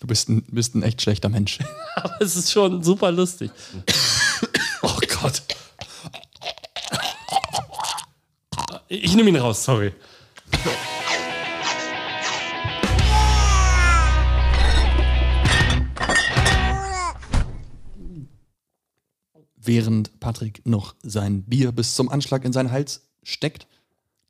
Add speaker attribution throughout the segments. Speaker 1: Du bist ein, bist ein echt schlechter Mensch.
Speaker 2: Aber es ist schon super lustig.
Speaker 1: Oh Gott.
Speaker 2: Ich nehme ihn raus, sorry.
Speaker 1: Während Patrick noch sein Bier bis zum Anschlag in seinen Hals steckt,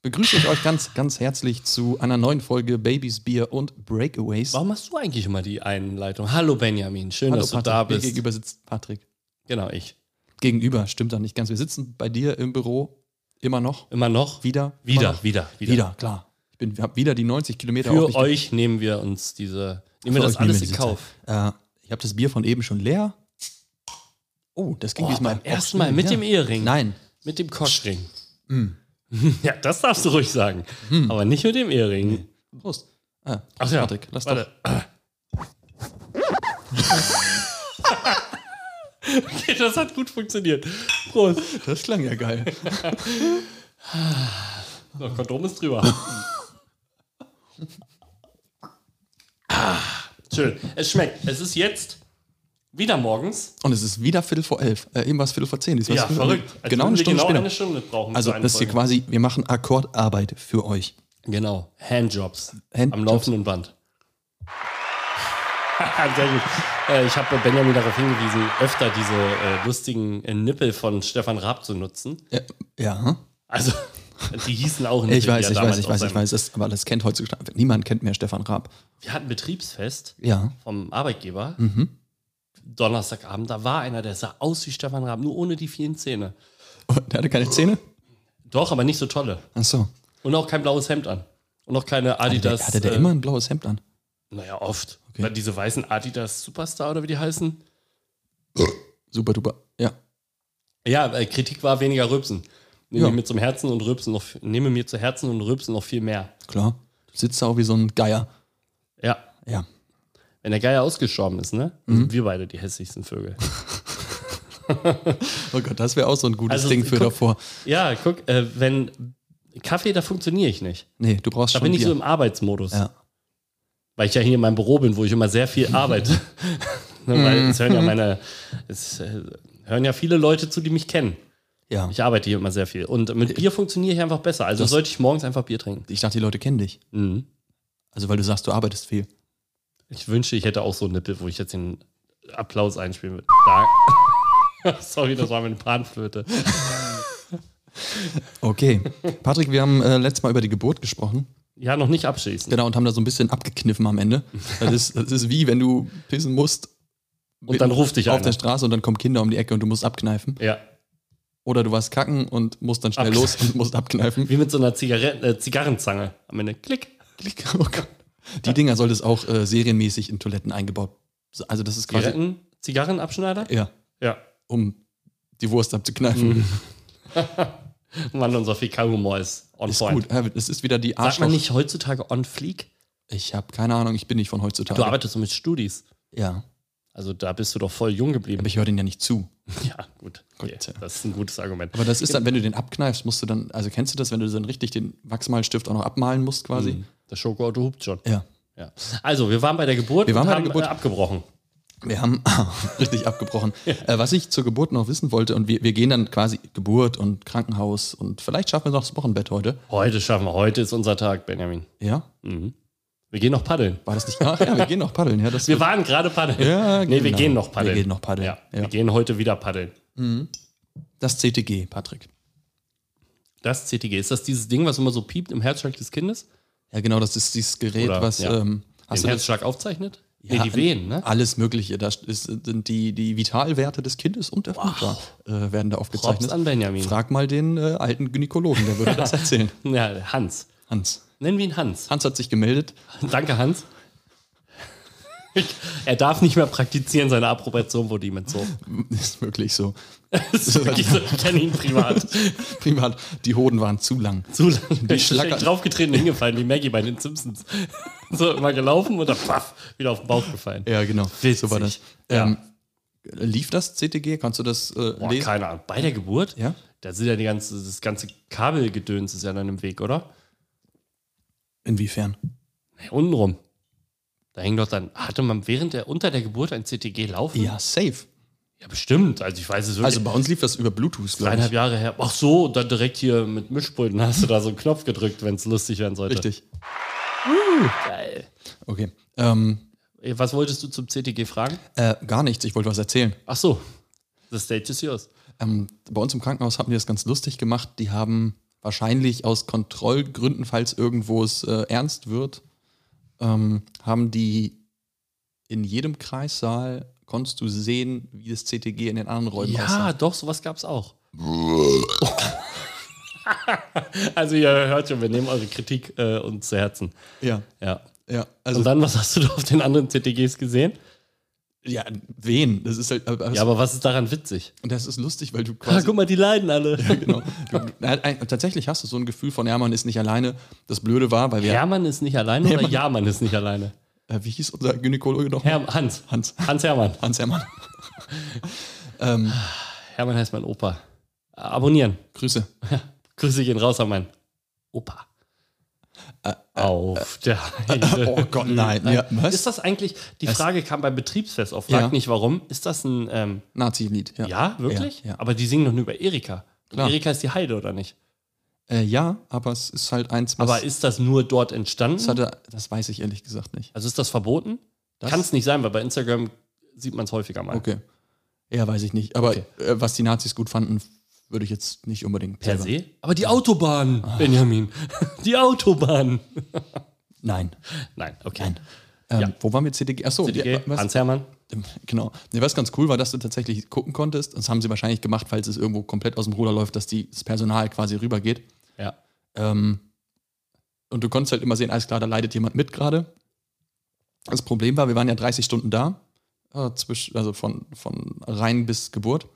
Speaker 1: begrüße ich euch ganz, ganz herzlich zu einer neuen Folge Babys Bier und Breakaways.
Speaker 2: Warum machst du eigentlich immer die Einleitung? Hallo Benjamin, schön, dass du
Speaker 1: Patrick,
Speaker 2: da
Speaker 1: mir
Speaker 2: bist.
Speaker 1: Gegenüber sitzt Patrick.
Speaker 2: Genau, ich.
Speaker 1: Gegenüber, stimmt doch nicht ganz. Wir sitzen bei dir im Büro immer noch.
Speaker 2: Immer noch?
Speaker 1: Wieder. Immer
Speaker 2: Wieder,
Speaker 1: noch.
Speaker 2: wieder, wieder.
Speaker 1: Wieder, klar. Ich bin, hab wieder die 90 Kilometer auf
Speaker 2: Für
Speaker 1: mich
Speaker 2: euch nehmen wir uns diese, nehmen wir
Speaker 1: Für
Speaker 2: das
Speaker 1: euch nehmen
Speaker 2: alles
Speaker 1: wir
Speaker 2: in
Speaker 1: diese
Speaker 2: Kauf.
Speaker 1: Äh, ich habe das Bier von eben schon leer. Oh, das ging
Speaker 2: Boah,
Speaker 1: diesmal.
Speaker 2: beim ersten Mal mit dem Ehering.
Speaker 1: Nein.
Speaker 2: Mit dem Koschring.
Speaker 1: Mm.
Speaker 2: Ja, das darfst du ruhig sagen. Aber nicht mit dem Ehering.
Speaker 1: Prost. Ah,
Speaker 2: Ach
Speaker 1: Ach
Speaker 2: ja,
Speaker 1: Mm. Patrick, lass
Speaker 2: warte. okay, das hat gut funktioniert. Prost.
Speaker 1: doch. Das klang ja geil.
Speaker 2: So, Kondom ist drüber. Ah, Schön. Es schmeckt. Es ist jetzt wieder morgens.
Speaker 1: Und es ist wieder Viertel vor elf. Äh, eben war es Viertel vor zehn. Diesmal ist Viertel vor elf.
Speaker 2: Als
Speaker 1: Genau
Speaker 2: würden
Speaker 1: eine
Speaker 2: wir
Speaker 1: Stunde
Speaker 2: genau
Speaker 1: später.
Speaker 2: eine Stunde brauchen.
Speaker 1: also
Speaker 2: zur
Speaker 1: das ist hier
Speaker 2: Einfolge.
Speaker 1: quasi, wir machen Akkordarbeit für euch.
Speaker 2: Genau. Handjobs.
Speaker 1: Handjobs.
Speaker 2: Am laufenden Band. Sehr gut. Äh, Ich habe Benjamin darauf hingewiesen, öfter diese äh, lustigen äh, Nippel von Stefan Raab zu nutzen.
Speaker 1: Ja, ja. hm?
Speaker 2: Also, die hießen auch Nippel.
Speaker 1: ich weiß, ich weiß,
Speaker 2: die er damals
Speaker 1: ich
Speaker 2: auf
Speaker 1: weiß, ich
Speaker 2: seinem-
Speaker 1: weiß. Das, aber das kennt heutzutage, niemand kennt mehr Stefan Raab.
Speaker 2: Wir hatten Betriebsfest
Speaker 1: Ja.
Speaker 2: vom Arbeitgeber.
Speaker 1: Mhm.
Speaker 2: Donnerstagabend, da war einer, der sah aus wie Stefan Raab, nur ohne die vielen Zähne.
Speaker 1: Und der hatte keine Zähne?
Speaker 2: Doch, aber nicht so tolle.
Speaker 1: Ach so.
Speaker 2: Und auch kein blaues Hemd an. Und auch keine
Speaker 1: Hatte
Speaker 2: Adidas.
Speaker 1: der, hatte der
Speaker 2: äh,
Speaker 1: immer ein blaues Hemd an?
Speaker 2: Naja, oft.
Speaker 1: Okay.
Speaker 2: Weil Diese weißen Adidas Superstar oder wie die heißen.
Speaker 1: Super duper. Ja.
Speaker 2: Ja, äh, Kritik war weniger Rübsen. Nehme
Speaker 1: Ja.
Speaker 2: mir zum Herzen und Rübsen noch, nehme mir zu Herzen und Rübsen noch viel mehr.
Speaker 1: Klar. Du sitzt da auch wie so ein Geier.
Speaker 2: Ja.
Speaker 1: Ja.
Speaker 2: Wenn der Geier ausgestorben ist, ne?
Speaker 1: Mhm.
Speaker 2: Sind wir beide die hässlichsten Vögel.
Speaker 1: Oh Gott, das wäre auch so ein gutes
Speaker 2: Also,
Speaker 1: Ding für
Speaker 2: guck-
Speaker 1: davor.
Speaker 2: ja, guck, äh, wenn Kaffee, da funktioniere ich nicht.
Speaker 1: Nee, du brauchst
Speaker 2: Da
Speaker 1: schon
Speaker 2: bin ich
Speaker 1: Bier.
Speaker 2: so im Arbeitsmodus.
Speaker 1: Ja.
Speaker 2: Weil ich ja hier in meinem Büro bin, wo ich immer sehr viel arbeite. ne, weil es
Speaker 1: Mhm.
Speaker 2: hören ja meine, es äh, hören ja viele Leute zu, die mich kennen.
Speaker 1: ja.
Speaker 2: Ich arbeite hier immer sehr viel. Und mit Bier funktioniere ich einfach besser. Also
Speaker 1: Das-
Speaker 2: sollte ich morgens einfach Bier trinken.
Speaker 1: Ich dachte, die Leute kennen dich.
Speaker 2: Mhm.
Speaker 1: Also, weil du sagst, du arbeitest viel.
Speaker 2: Ich wünsche, ich hätte auch so einen Nippel, wo ich jetzt den Applaus einspielen würde. Da. Sorry, das war meine Panflöte.
Speaker 1: Okay. Patrick, wir haben äh, letztes Mal über die Geburt gesprochen.
Speaker 2: Ja, noch nicht abschließen.
Speaker 1: Genau, und haben da so ein bisschen abgekniffen am Ende. Das ist, das ist wie, wenn du pissen musst.
Speaker 2: Und dann ruft dich
Speaker 1: Auf
Speaker 2: einer.
Speaker 1: der Straße und dann kommen Kinder um die Ecke und du musst abkneifen.
Speaker 2: Ja.
Speaker 1: Oder du warst kacken und musst dann schnell los und musst abkneifen.
Speaker 2: Wie mit so einer Zigaretten, äh, Zigarrenzange. Am Ende klick.
Speaker 1: Klick. Oh Gott. Die Dinger sollte es auch äh, serienmäßig in Toiletten eingebaut. Also, das ist quasi.
Speaker 2: Zigaretten, Zigarrenabschneider?
Speaker 1: Ja,
Speaker 2: Ja.
Speaker 1: um die Wurst abzukneifen.
Speaker 2: Mhm. Mann, unser Fäkalhumor ist on
Speaker 1: Ist
Speaker 2: point.
Speaker 1: gut. Ja, Es ist wieder die
Speaker 2: Sagt
Speaker 1: Arschloch.
Speaker 2: man nicht heutzutage on fleek?
Speaker 1: Ich habe keine Ahnung, ich bin nicht von heutzutage.
Speaker 2: Du arbeitest so mit Studis.
Speaker 1: ja.
Speaker 2: Also da bist du doch voll jung geblieben.
Speaker 1: Aber ich höre den ja nicht zu.
Speaker 2: Ja, gut.
Speaker 1: Gut.
Speaker 2: Okay, das ist ein gutes Argument. Genau.
Speaker 1: Aber das ist dann, wenn du den abkneifst, musst du dann, also kennst du das, wenn du dann richtig den Wachsmalstift auch noch abmalen musst quasi?
Speaker 2: Mhm. Das Schokoauto hupt schon.
Speaker 1: Ja.
Speaker 2: Ja. Also, wir waren bei der Geburt
Speaker 1: Wir waren
Speaker 2: und
Speaker 1: bei der
Speaker 2: haben
Speaker 1: Geburt.
Speaker 2: Äh, abgebrochen.
Speaker 1: Wir haben richtig abgebrochen. Äh, was ich zur Geburt noch wissen wollte, und wir, wir gehen dann quasi Geburt und Krankenhaus und vielleicht schaffen wir noch das Wochenbett heute.
Speaker 2: Heute schaffen wir, heute ist unser Tag, Benjamin.
Speaker 1: Ja?
Speaker 2: Wir gehen noch paddeln.
Speaker 1: War das nicht? Ach ja, wir gehen noch paddeln. Ja, das
Speaker 2: Wir waren gerade paddeln.
Speaker 1: Ja,
Speaker 2: nee, wir
Speaker 1: genau.
Speaker 2: gehen noch paddeln.
Speaker 1: Wir gehen noch paddeln.
Speaker 2: Ja,
Speaker 1: Ja.
Speaker 2: Wir gehen heute wieder paddeln.
Speaker 1: das CTG, Patrick.
Speaker 2: Das CTG, ist das dieses Ding, was immer so piept im Herzschlag des Kindes?
Speaker 1: Ja, genau, das ist dieses Gerät,
Speaker 2: Oder,
Speaker 1: was.
Speaker 2: ja.
Speaker 1: Ähm, hast
Speaker 2: Den
Speaker 1: du das
Speaker 2: Herzschlag
Speaker 1: Ja,
Speaker 2: aufzeichnet?
Speaker 1: Ah.
Speaker 2: nee, die Wehen, ne?
Speaker 1: Alles Mögliche. Da ist, äh, sind die, die Vitalwerte des Kindes und der Mutter äh, werden da
Speaker 2: Props
Speaker 1: aufgezeichnet.
Speaker 2: an Benjamin.
Speaker 1: Frag mal den äh, alten Gynäkologen, der würde das erzählen.
Speaker 2: Ja, Hans.
Speaker 1: Hans.
Speaker 2: Nennen wir ihn Hans.
Speaker 1: Hans hat sich gemeldet.
Speaker 2: Danke, Hans. Ich- Er darf nicht mehr praktizieren, seine Approbation wurde ihm entzogen.
Speaker 1: Ist wirklich so.
Speaker 2: Das ist wirklich so, ich kenne ihn privat.
Speaker 1: Privat, die Hoden waren zu lang.
Speaker 2: Zu lange. Die
Speaker 1: schlackern.
Speaker 2: Schlacker. draufgetreten, hingefallen, wie Maggie bei den Simpsons. So immer gelaufen und dann paff, wieder auf den Bauch gefallen.
Speaker 1: Ja, genau. So war das.
Speaker 2: Witzig. Ja.
Speaker 1: Ähm, lief das CTG? Kannst du das äh,
Speaker 2: Boah,
Speaker 1: lesen?
Speaker 2: keine Ahnung. Bei der Geburt?
Speaker 1: Ja?
Speaker 2: Da sind ja die ganze, das ganze Kabelgedöns ist ja dann im Weg, oder?
Speaker 1: Inwiefern?
Speaker 2: Nee, untenrum. Da hängen doch dann, hatte man während der, unter der Geburt ein CTG laufen?
Speaker 1: Ja, safe.
Speaker 2: Ja, bestimmt. Also ich weiß es wirklich.
Speaker 1: Also bei uns lief das über Bluetooth, glaube
Speaker 2: Dreieinhalb
Speaker 1: ich.
Speaker 2: Jahre her. Ach so, und dann direkt hier mit Mischpulten hast du da so einen Knopf gedrückt, wenn es lustig werden sollte.
Speaker 1: Richtig.
Speaker 2: Geil.
Speaker 1: Okay. Ähm,
Speaker 2: Äh, Was wolltest du zum CTG fragen?
Speaker 1: äh, gar nichts, ich wollte was erzählen.
Speaker 2: Ach so, the stage is yours.
Speaker 1: Ähm, bei uns im Krankenhaus haben die das ganz lustig gemacht. Die haben wahrscheinlich aus Kontrollgründen, falls irgendwo es äh, ernst wird, ähm, haben die in jedem Kreissaal konntest du sehen, wie das CTG in den anderen Räumen
Speaker 2: Ja,
Speaker 1: aussah.
Speaker 2: doch, sowas gab's auch. also ihr hört schon, wir nehmen eure Kritik äh, uns zu Herzen.
Speaker 1: Ja,
Speaker 2: Ja.
Speaker 1: ja. Also,
Speaker 2: Und dann, was hast du da auf den anderen CTGs gesehen?
Speaker 1: ja, wen? Das ist halt, aber,
Speaker 2: Ja, aber was ist daran witzig?
Speaker 1: und das ist lustig, weil du
Speaker 2: Ah,
Speaker 1: quasi
Speaker 2: guck mal, die leiden alle.
Speaker 1: genau. Du, na, äh, tatsächlich hast du so ein Gefühl von, ja, man ist nicht alleine. Das Blöde war, weil wir,
Speaker 2: Hermann ist nicht alleine oder Jamann ist nicht alleine?
Speaker 1: äh, wie hieß unser Gynäkologe noch?
Speaker 2: Herm Hans.
Speaker 1: Hans.
Speaker 2: Hans Hermann.
Speaker 1: Hans Hermann. ähm,
Speaker 2: Hermann heißt mein Opa. Abonnieren.
Speaker 1: Grüße.
Speaker 2: Grüße gehen raus an meinen Opa. Auf der Heide.
Speaker 1: oh Gott, nein. Äh, Ja, was?
Speaker 2: Äh, Ist das eigentlich, die Frage kam beim Betriebsfest auf,
Speaker 1: Ja.
Speaker 2: frag nicht warum, ist das ein, ähm,
Speaker 1: Nazi-Lied. Ja.
Speaker 2: ja, wirklich?
Speaker 1: Ja, ja.
Speaker 2: Aber die singen doch nur über Erika. Und
Speaker 1: Klar.
Speaker 2: Erika ist die Heide, oder nicht?
Speaker 1: Äh, ja, aber es ist halt eins, was.
Speaker 2: Aber ist das nur dort entstanden?
Speaker 1: das, hatte, das weiß ich ehrlich gesagt nicht.
Speaker 2: also ist das verboten? Kann es nicht sein, weil bei Instagram sieht man es häufiger mal.
Speaker 1: Okay. Ja, weiß ich nicht. Aber
Speaker 2: Okay.
Speaker 1: äh, was die Nazis gut fanden, würde ich jetzt nicht unbedingt.
Speaker 2: Per
Speaker 1: selber- Ah.
Speaker 2: se? Aber die Autobahn, Benjamin. Die Autobahn.
Speaker 1: Nein.
Speaker 2: Nein, okay.
Speaker 1: Nein. Ähm,
Speaker 2: Ja.
Speaker 1: Wo waren wir? CDG? Achso,
Speaker 2: CDG,
Speaker 1: was,
Speaker 2: Hans Hermann.
Speaker 1: Genau. Nee, was ganz cool war, dass du tatsächlich gucken konntest. Das haben sie wahrscheinlich gemacht, falls es irgendwo komplett aus dem Ruder läuft, dass die, das Personal quasi rübergeht.
Speaker 2: Ja.
Speaker 1: Ähm, und du konntest halt immer sehen, alles klar, da leidet jemand mit gerade. Das Problem war, wir waren ja 30 Stunden da, äh, zwisch- also von, von Rhein bis Geburt.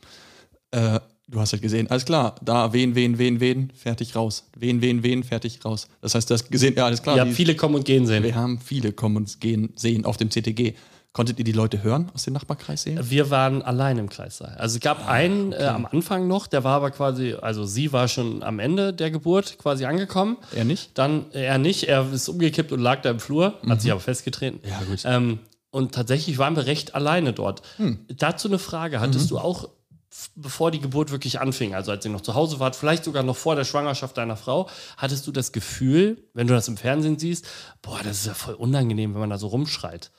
Speaker 1: Äh, du hast halt gesehen, alles klar, da wen, wen, wen, wen, fertig raus. Wen, wen, wen, fertig raus. Das heißt, du hast gesehen, ja, alles klar,
Speaker 2: Ihr
Speaker 1: Ah, die-
Speaker 2: habt viele kommen und gehen sehen.
Speaker 1: wir haben viele kommen und gehen sehen auf dem CTG. Konntet ihr die Leute hören aus dem Nachbarkreis sehen?
Speaker 2: Wir waren allein im Kreissaal. Also es gab einen äh, am Anfang noch, der war aber quasi, also sie war schon am Ende der Geburt quasi angekommen.
Speaker 1: Er nicht?
Speaker 2: Dann äh, er nicht, er ist umgekippt und lag da im Flur, hat sich aber festgetreten.
Speaker 1: Ja, gut.
Speaker 2: Ähm, und tatsächlich waren wir recht alleine dort.
Speaker 1: Hm,
Speaker 2: Dazu eine Frage, hattest du auch, f- bevor die Geburt wirklich anfing, also als ihr noch zu Hause wart, vielleicht sogar noch vor der Schwangerschaft deiner Frau, hattest du das Gefühl, wenn du das im Fernsehen siehst, boah, das ist ja voll unangenehm, wenn man da so rumschreit.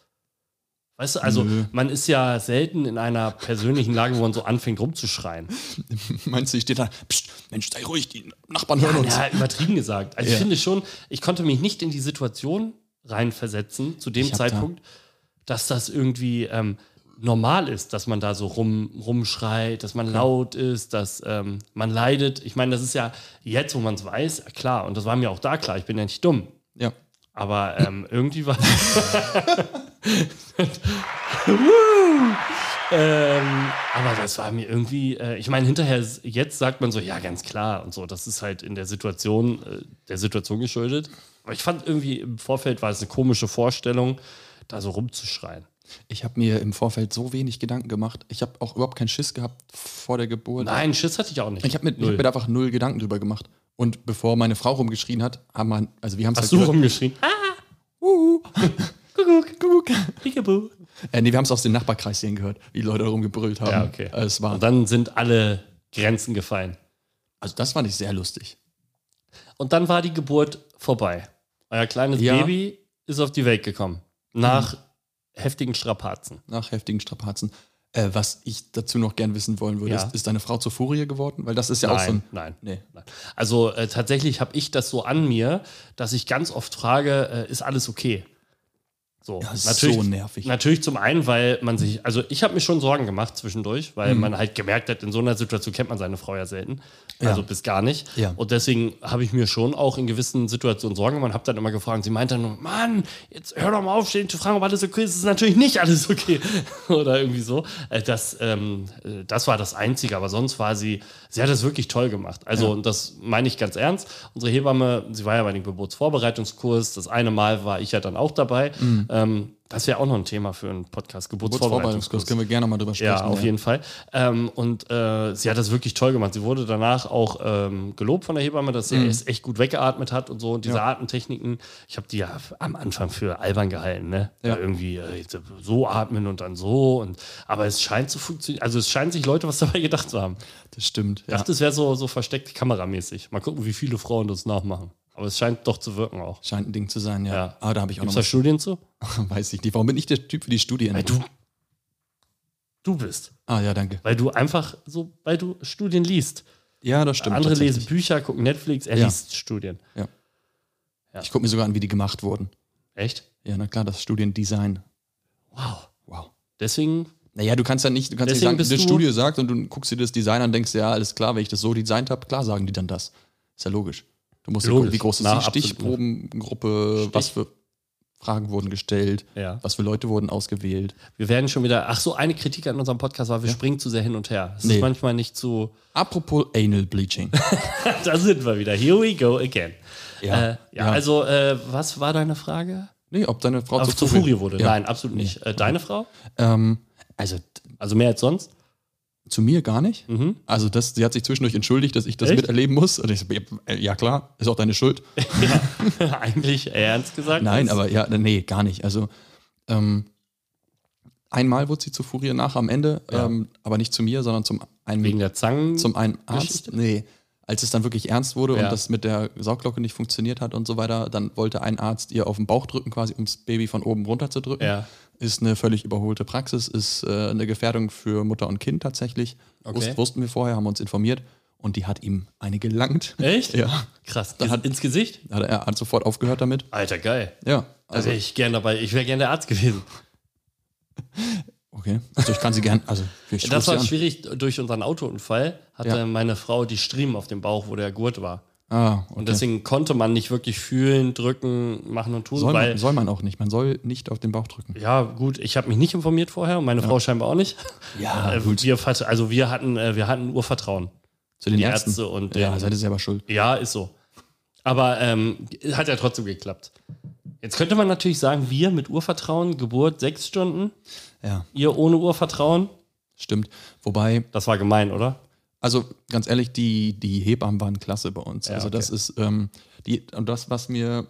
Speaker 2: Weißt du, also
Speaker 1: Nö.
Speaker 2: man ist ja selten in einer persönlichen Lage, wo man so anfängt rumzuschreien.
Speaker 1: Meinst du, ich stehe da, Psst, Mensch, sei ruhig, die Nachbarn hören uns.
Speaker 2: Ja, übertrieben gesagt. Also ich
Speaker 1: Ja.
Speaker 2: finde schon, ich konnte mich nicht in die Situation reinversetzen, zu dem
Speaker 1: Ich hab
Speaker 2: Zeitpunkt, dass das irgendwie ähm, normal ist, dass man da so rum, rumschreit, dass man laut ist, dass ähm, man leidet. Ich meine, das ist ja jetzt, wo man es weiß, klar. Und das war mir auch da klar. Ich bin ja nicht dumm.
Speaker 1: Ja.
Speaker 2: Aber ähm, irgendwie war. ähm, aber das war mir irgendwie. Äh, ich meine, hinterher, s- jetzt sagt man so, ja, ganz klar und so. Das ist halt in der Situation, äh, der Situation geschuldet. Aber ich fand irgendwie im Vorfeld war es eine komische Vorstellung, da so rumzuschreien.
Speaker 1: Ich habe mir im Vorfeld so wenig Gedanken gemacht. Ich habe auch überhaupt keinen Schiss gehabt vor der Geburt.
Speaker 2: Nein, Schiss hatte ich auch nicht.
Speaker 1: Ich habe mir, ich hab
Speaker 2: Null.
Speaker 1: mir da einfach null Gedanken drüber gemacht. Und bevor meine Frau rumgeschrien hat, haben wir, also wir haben es
Speaker 2: Hast
Speaker 1: halt
Speaker 2: du
Speaker 1: gehört.
Speaker 2: rumgeschrien? Ah,
Speaker 1: Uh,
Speaker 2: Kuckuck,
Speaker 1: guck.
Speaker 2: Peekaboo.
Speaker 1: Äh, nee, wir haben es aus dem Nachbarkreis sehen gehört, wie die Leute rumgebrüllt haben.
Speaker 2: Ja, okay.
Speaker 1: Äh, Es war,
Speaker 2: Und dann sind alle Grenzen gefallen.
Speaker 1: also das fand ich sehr lustig.
Speaker 2: Und dann war die Geburt vorbei. Euer kleines
Speaker 1: Ja. Hm.
Speaker 2: Baby ist auf die Welt gekommen. Nach heftigen Strapazen.
Speaker 1: nach heftigen Strapazen. Äh, was ich dazu noch gern wissen wollen würde,
Speaker 2: Ja.
Speaker 1: ist, ist deine Frau zur Furie geworden? Weil das ist ja auch so
Speaker 2: nein,
Speaker 1: ein.
Speaker 2: nein,
Speaker 1: Nee.
Speaker 2: nein. Also äh, tatsächlich habe ich das so an mir, dass ich ganz oft frage, äh, ist alles okay? So,
Speaker 1: Das ist
Speaker 2: natürlich,
Speaker 1: so nervig.
Speaker 2: Natürlich zum einen, weil man sich, also ich habe mir schon Sorgen gemacht zwischendurch, weil
Speaker 1: Hm.
Speaker 2: man halt gemerkt hat, in so einer Situation kennt man seine Frau ja selten. Also
Speaker 1: Ja.
Speaker 2: bis gar nicht.
Speaker 1: Ja.
Speaker 2: Und deswegen habe ich mir schon auch in gewissen Situationen Sorgen gemacht, habe dann immer gefragt. Sie meinte dann, nur, Mann, jetzt hör doch mal auf, stehen zu fragen, ob alles okay ist. Es ist natürlich nicht alles okay. Oder irgendwie so. Äh, Das, ähm, äh, das war das Einzige, aber sonst war sie, sie hat es wirklich toll gemacht. Also, und das meine ich ganz ernst. Unsere Hebamme, sie war ja bei dem Geburtsvorbereitungskurs. Das eine Mal war ich ja dann auch dabei. Ähm, das wäre auch noch ein Thema für einen Podcast. Geburtsvorbereitungskurs.
Speaker 1: Geburtsvorbereitungskurs, können wir gerne mal drüber sprechen.
Speaker 2: Ja, auf jeden Fall. Ähm, und äh, sie hat das wirklich toll gemacht. Sie wurde danach auch ähm, gelobt von der Hebamme, dass sie es echt gut weggeatmet hat und so. Und diese Atemtechniken, ich habe die ja am Anfang für albern gehalten, ne?
Speaker 1: Ja.
Speaker 2: Ja. Irgendwie äh, so atmen und dann so. Und, aber es scheint zu funktionieren. Also es scheint sich Leute was dabei gedacht zu haben.
Speaker 1: Das stimmt.
Speaker 2: Ich
Speaker 1: Ja.
Speaker 2: dachte, es wäre so, so versteckt kameramäßig. Mal gucken, wie viele Frauen das nachmachen. Aber es scheint doch zu wirken auch.
Speaker 1: Scheint ein Ding zu sein, ja.
Speaker 2: Ja.
Speaker 1: Aber da habe ich auch
Speaker 2: Gibt es
Speaker 1: noch
Speaker 2: da Studien zu?
Speaker 1: was. Weiß ich nicht. Warum bin ich der Typ für die Studien?
Speaker 2: Weil du. Du bist.
Speaker 1: ah, ja, danke.
Speaker 2: Weil du einfach so, weil du Studien liest.
Speaker 1: Ja, das stimmt.
Speaker 2: Andere lesen
Speaker 1: tatsächlich.
Speaker 2: Bücher, gucken Netflix, er
Speaker 1: Ja.
Speaker 2: liest Studien.
Speaker 1: Ich gucke mir sogar an, wie die gemacht wurden.
Speaker 2: Echt?
Speaker 1: Ja, na klar, das Studiendesign.
Speaker 2: Wow.
Speaker 1: Wow.
Speaker 2: Deswegen,
Speaker 1: Naja, du kannst ja nicht, du kannst
Speaker 2: Deswegen
Speaker 1: nicht
Speaker 2: bist
Speaker 1: sagen, das
Speaker 2: du-
Speaker 1: Studio sagt und du guckst dir das Design an und denkst, ja, alles klar, wenn ich das so designt habe, klar sagen die dann das. Ist ja logisch. Du musst ja
Speaker 2: Logisch.
Speaker 1: gucken, wie groß ist
Speaker 2: Na,
Speaker 1: die
Speaker 2: absolut.
Speaker 1: Stichprobengruppe,
Speaker 2: Stich-
Speaker 1: was für Fragen wurden gestellt,
Speaker 2: ja.
Speaker 1: was für Leute wurden ausgewählt.
Speaker 2: Wir werden schon wieder. Ach so, eine Kritik an unserem Podcast war, wir springen zu sehr hin und her. Es ist
Speaker 1: Nee.
Speaker 2: manchmal nicht zu.
Speaker 1: Apropos Anal Bleaching.
Speaker 2: da sind wir wieder. Here we go again.
Speaker 1: Ja.
Speaker 2: äh, ja,
Speaker 1: Ja.
Speaker 2: also, äh, was war deine Frage?
Speaker 1: nee, ob deine Frau
Speaker 2: Ob
Speaker 1: zu
Speaker 2: zu
Speaker 1: Furie-
Speaker 2: Furie wurde?
Speaker 1: Ja.
Speaker 2: Nein, absolut nicht. Äh, deine Frau?
Speaker 1: Ähm, also d-
Speaker 2: Also mehr als sonst?
Speaker 1: zu mir gar nicht.
Speaker 2: Mhm.
Speaker 1: Also das, sie hat sich zwischendurch entschuldigt, dass ich das
Speaker 2: Echt?
Speaker 1: miterleben muss. Und ich so, ja, äh, ja klar, ist auch deine Schuld.
Speaker 2: Eigentlich ernst gesagt?
Speaker 1: Nein,
Speaker 2: Das-
Speaker 1: aber ja, nee, gar nicht. Also ähm, einmal wurde sie zu Furie nach am Ende,
Speaker 2: Ja.
Speaker 1: ähm, aber nicht zu mir, sondern zum einen
Speaker 2: Wegen der Zangen.
Speaker 1: zum einen Arzt.
Speaker 2: Geschichte?
Speaker 1: Nee, als es dann wirklich ernst wurde
Speaker 2: Ja.
Speaker 1: und das mit der Sauglocke nicht funktioniert hat und so weiter, dann wollte ein Arzt ihr auf den Bauch drücken, quasi um das Baby von oben runter zu drücken.
Speaker 2: ja.
Speaker 1: Ist eine völlig überholte Praxis, ist äh, eine Gefährdung für Mutter und Kind tatsächlich.
Speaker 2: Okay.
Speaker 1: Wus wussten wir vorher, haben uns informiert und die hat ihm eine gelangt.
Speaker 2: Echt?
Speaker 1: Ja,
Speaker 2: Krass.
Speaker 1: Dann hat-
Speaker 2: ins Gesicht?
Speaker 1: hat er hat sofort aufgehört damit.
Speaker 2: Alter, geil.
Speaker 1: Ja,
Speaker 2: Da
Speaker 1: also
Speaker 2: wäre ich gern dabei. Ich wäre gern der Arzt gewesen.
Speaker 1: okay. Also ich kann sie gern, also ich
Speaker 2: das
Speaker 1: stoß
Speaker 2: war
Speaker 1: sie
Speaker 2: schwierig. Durch unseren Autounfall hatte
Speaker 1: Ja.
Speaker 2: meine Frau die Striemen auf dem Bauch, wo der Gurt war.
Speaker 1: an. Ah, okay.
Speaker 2: Und deswegen konnte man nicht wirklich fühlen, drücken, machen und tun.
Speaker 1: soll,
Speaker 2: weil,
Speaker 1: man, soll man auch nicht. Man soll nicht auf den Bauch drücken.
Speaker 2: ja, gut, ich habe mich nicht informiert vorher und meine Frau scheinbar auch nicht.
Speaker 1: Ja,
Speaker 2: Äh, wir, vert- also wir hatten, äh, wir hatten Urvertrauen.
Speaker 1: Zu den
Speaker 2: die
Speaker 1: Ärzten.
Speaker 2: Ärzte und
Speaker 1: ja,
Speaker 2: den-
Speaker 1: seid ihr selber schuld.
Speaker 2: Ja, ist so. Aber ähm, hat ja trotzdem geklappt. Jetzt könnte man natürlich sagen, wir mit Urvertrauen, Geburt sechs Stunden,
Speaker 1: Ja,
Speaker 2: ihr ohne Urvertrauen.
Speaker 1: stimmt. Wobei,
Speaker 2: Das war gemein, oder?
Speaker 1: Also ganz ehrlich, die, die Hebammen waren klasse bei uns.
Speaker 2: Ja,
Speaker 1: also das
Speaker 2: okay.
Speaker 1: ist ähm, die, und das, was mir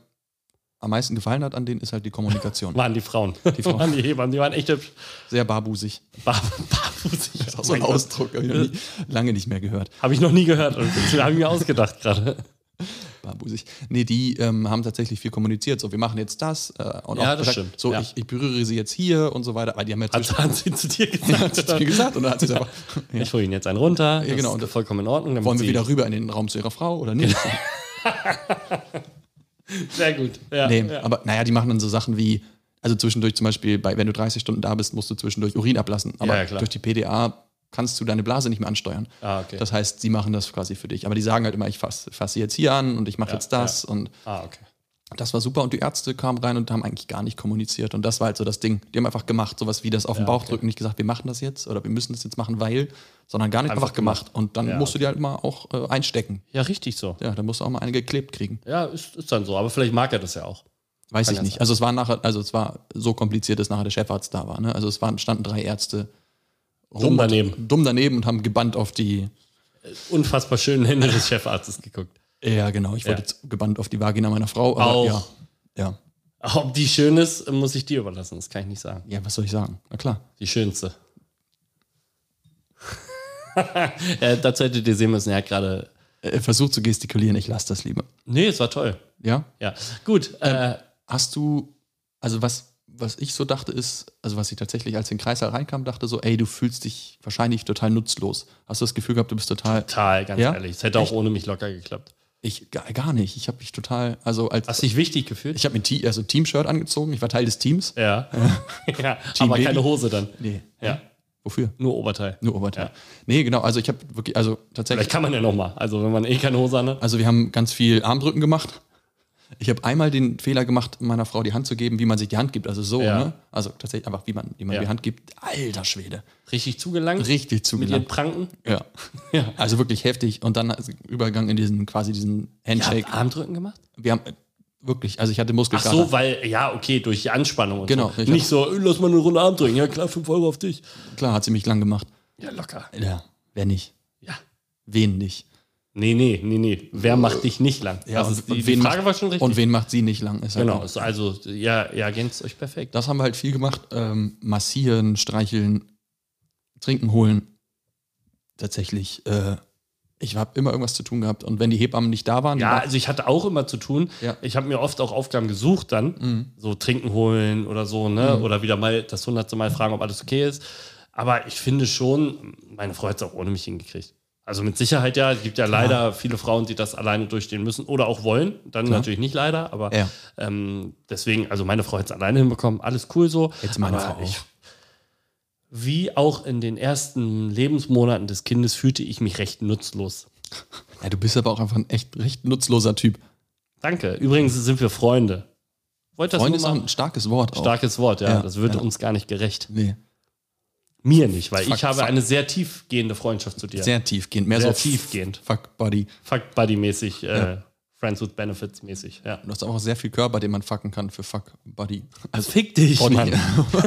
Speaker 1: am meisten gefallen hat an denen, ist halt die Kommunikation.
Speaker 2: Waren die Frauen. Die
Speaker 1: Frauen.
Speaker 2: waren die Hebammen, die waren echt hübsch.
Speaker 1: Sehr barbusig.
Speaker 2: Bar- Barfußig.
Speaker 1: Das ist auch so ein
Speaker 2: Mein Gott.
Speaker 1: Ausdruck, habe ich noch nie, lange nicht mehr gehört.
Speaker 2: Habe ich noch nie gehört und habe ich mir ausgedacht gerade.
Speaker 1: Barbusig. Nee, die ähm, haben tatsächlich viel kommuniziert. So, wir machen jetzt das. Äh, und
Speaker 2: Ja,
Speaker 1: auch
Speaker 2: das
Speaker 1: gesagt,
Speaker 2: stimmt.
Speaker 1: So,
Speaker 2: Ja.
Speaker 1: ich, ich berühre sie jetzt hier und so weiter. Aber die haben ja
Speaker 2: Hat,
Speaker 1: zwischen-
Speaker 2: hat sie zu dir
Speaker 1: hat sie
Speaker 2: gesagt.
Speaker 1: zu mir gesagt und dann hat sie gesagt, ja.
Speaker 2: Ich hole ihn jetzt einen runter.
Speaker 1: Ja, genau.
Speaker 2: Das ist vollkommen in Ordnung. damit
Speaker 1: wollen wir
Speaker 2: sie-
Speaker 1: wieder rüber in den Raum zu ihrer Frau oder nicht?
Speaker 2: Sehr gut. Ja,
Speaker 1: Nee,
Speaker 2: ja.
Speaker 1: aber naja, die machen dann so Sachen wie, also zwischendurch zum Beispiel, bei, wenn du 30 Stunden da bist, musst du zwischendurch Urin ablassen. Aber
Speaker 2: Ja, ja, klar.
Speaker 1: durch die PDA kannst du deine Blase nicht mehr ansteuern.
Speaker 2: Ah, okay.
Speaker 1: Das heißt, sie machen das quasi für dich. Aber die sagen halt immer, ich fasse fass sie jetzt hier an und ich mache
Speaker 2: Ja,
Speaker 1: jetzt das. Und
Speaker 2: ah, okay.
Speaker 1: das war super. Und die Ärzte kamen rein und haben eigentlich gar nicht kommuniziert. Und das war halt so das Ding. Die haben einfach gemacht, sowas wie das auf den Bauch drücken, nicht gesagt, wir machen das jetzt oder wir müssen das jetzt machen, weil, sondern gar nicht einfach,
Speaker 2: Einfach
Speaker 1: gemacht. Und dann
Speaker 2: Ja,
Speaker 1: musst du die halt mal auch äh, einstecken.
Speaker 2: Ja, richtig so.
Speaker 1: Ja, dann musst du auch mal eine geklebt kriegen.
Speaker 2: Ja, ist, ist dann so. Aber vielleicht mag er das ja auch.
Speaker 1: Weiß
Speaker 2: Kann
Speaker 1: ich
Speaker 2: ja
Speaker 1: nicht.
Speaker 2: sein.
Speaker 1: Also es war nachher, also es war so kompliziert, dass nachher der Chefarzt da war. Ne? Also es waren, standen drei Ärzte
Speaker 2: Dumm daneben.
Speaker 1: dumm daneben und haben gebannt auf die.
Speaker 2: Unfassbar schönen Hände des Chefarztes geguckt.
Speaker 1: Ja, genau. Ich wollte
Speaker 2: Ja.
Speaker 1: jetzt gebannt auf die Vagina meiner Frau. Aber
Speaker 2: Auch.
Speaker 1: Ja, ja.
Speaker 2: Ob die schön ist, muss ich dir überlassen. Das kann ich nicht sagen.
Speaker 1: Ja, was soll ich sagen? Na klar.
Speaker 2: Die schönste. äh, dazu hättet ihr sehen müssen, er hat gerade.
Speaker 1: Äh, Versuch zu gestikulieren, ich lasse das lieber.
Speaker 2: Nee, es war toll.
Speaker 1: Ja.
Speaker 2: Ja. Gut. Äh,
Speaker 1: Hast du, also was, was ich so dachte ist, also was ich tatsächlich als ich in den Kreißsaal reinkam, dachte so, ey, du fühlst dich wahrscheinlich total nutzlos. Hast du das Gefühl gehabt, du bist total.
Speaker 2: total, ganz
Speaker 1: Ja?
Speaker 2: ehrlich. Es hätte auch ohne mich locker geklappt.
Speaker 1: Ich gar gar nicht. Ich habe mich total, also als
Speaker 2: Hast du dich wichtig gefühlt?
Speaker 1: ich habe mir ein T- also ein Teamshirt angezogen. Ich war Teil des Teams.
Speaker 2: ja. ja.
Speaker 1: Team
Speaker 2: Aber
Speaker 1: Baby?
Speaker 2: keine Hose dann.
Speaker 1: Nee.
Speaker 2: Ja.
Speaker 1: Wofür?
Speaker 2: Nur Oberteil.
Speaker 1: Nur Oberteil.
Speaker 2: Hm? Ja.
Speaker 1: Nee, genau. Also ich habe wirklich, also
Speaker 2: Vielleicht
Speaker 1: tatsächlich,
Speaker 2: kann man ja nochmal. Also, wenn man eh keine Hose an hat.
Speaker 1: also wir haben ganz viel Armdrücken gemacht. Ich habe einmal den Fehler gemacht, meiner Frau die Hand zu geben, wie man sich die Hand gibt. Also so,
Speaker 2: Ja.
Speaker 1: ne? Also tatsächlich einfach, wie man, wie man
Speaker 2: Ja.
Speaker 1: die Hand gibt. Alter Schwede.
Speaker 2: Richtig zugelangt.
Speaker 1: Richtig
Speaker 2: Mit den
Speaker 1: zugelangt.
Speaker 2: Pranken.
Speaker 1: Ja.
Speaker 2: Ja.
Speaker 1: Also wirklich heftig. Und dann also Übergang in diesen, quasi diesen
Speaker 2: Ihr
Speaker 1: Handshake.
Speaker 2: habt Armdrücken gemacht?
Speaker 1: Wir haben, äh, Wirklich, also ich hatte
Speaker 2: Ach
Speaker 1: Muskelkater.
Speaker 2: so, weil, ja, okay, durch die Anspannung und
Speaker 1: Genau,
Speaker 2: so.
Speaker 1: ich
Speaker 2: Nicht so, "Äh, lass mal eine Runde Arm drücken. Ja, klar, 5 Euro auf dich.
Speaker 1: Klar, hat sie mich lang gemacht.
Speaker 2: Ja, locker.
Speaker 1: Ja, wer nicht?
Speaker 2: Ja.
Speaker 1: Wen nicht?
Speaker 2: Nee, nee, nee, nee. Wer macht dich nicht lang?
Speaker 1: Ja,
Speaker 2: das
Speaker 1: und-
Speaker 2: ist Also die,
Speaker 1: und
Speaker 2: die
Speaker 1: wen
Speaker 2: Frage
Speaker 1: macht-
Speaker 2: war schon richtig.
Speaker 1: Und wen macht sie nicht lang? Ist halt
Speaker 2: genau,
Speaker 1: auch-
Speaker 2: ist also, ja, ihr ergänzt euch perfekt.
Speaker 1: Das haben wir halt viel gemacht. Ähm, massieren, streicheln, trinken holen. Tatsächlich. Äh, ich habe immer irgendwas zu tun gehabt. Und wenn die Hebammen nicht da waren,
Speaker 2: Ja,
Speaker 1: die
Speaker 2: also ich hatte auch immer zu tun.
Speaker 1: Ja. Mhm.
Speaker 2: Ich habe mir oft auch Aufgaben gesucht dann, so trinken holen oder so, ne? Oder wieder mal das hundertste Mal fragen, ob alles okay ist. Aber ich finde schon, meine Frau hat es auch ohne mich hingekriegt. Also mit Sicherheit ja, es gibt ja leider viele Frauen, die das alleine durchstehen müssen oder auch wollen. Dann
Speaker 1: Klar.
Speaker 2: natürlich nicht leider, aber
Speaker 1: Ja.
Speaker 2: ähm, deswegen, also meine Frau hat es alleine hinbekommen, alles cool so.
Speaker 1: Jetzt meine
Speaker 2: aber
Speaker 1: Frau
Speaker 2: ich-
Speaker 1: auch.
Speaker 2: Wie auch in den ersten Lebensmonaten des Kindes fühlte ich mich recht nutzlos.
Speaker 1: waren. Ja, du bist aber auch einfach ein echt recht nutzloser Typ.
Speaker 2: Danke. Übrigens sind wir Freunde. Wollt das
Speaker 1: Freund
Speaker 2: Freunde
Speaker 1: ist
Speaker 2: nur
Speaker 1: auch
Speaker 2: mal?
Speaker 1: ein starkes Wort. Auch.
Speaker 2: Starkes Wort, ja.
Speaker 1: Ja,
Speaker 2: das wird
Speaker 1: ja.
Speaker 2: uns gar nicht gerecht.
Speaker 1: Nee,
Speaker 2: Mir nicht, weil
Speaker 1: Fuck,
Speaker 2: ich habe
Speaker 1: fuck.
Speaker 2: eine sehr tiefgehende Freundschaft zu dir.
Speaker 1: sehr tiefgehend. Mehr
Speaker 2: Sehr
Speaker 1: so
Speaker 2: tiefgehend.
Speaker 1: Fuck Buddy.
Speaker 2: Fuck Buddy mäßig, äh,
Speaker 1: Ja.
Speaker 2: Friends with Benefits mäßig, ja.
Speaker 1: Du hast aber auch sehr viel Körper, den man fucken kann für Fuck Buddy. Also,
Speaker 2: Fick dich,
Speaker 1: Body.
Speaker 2: Mann.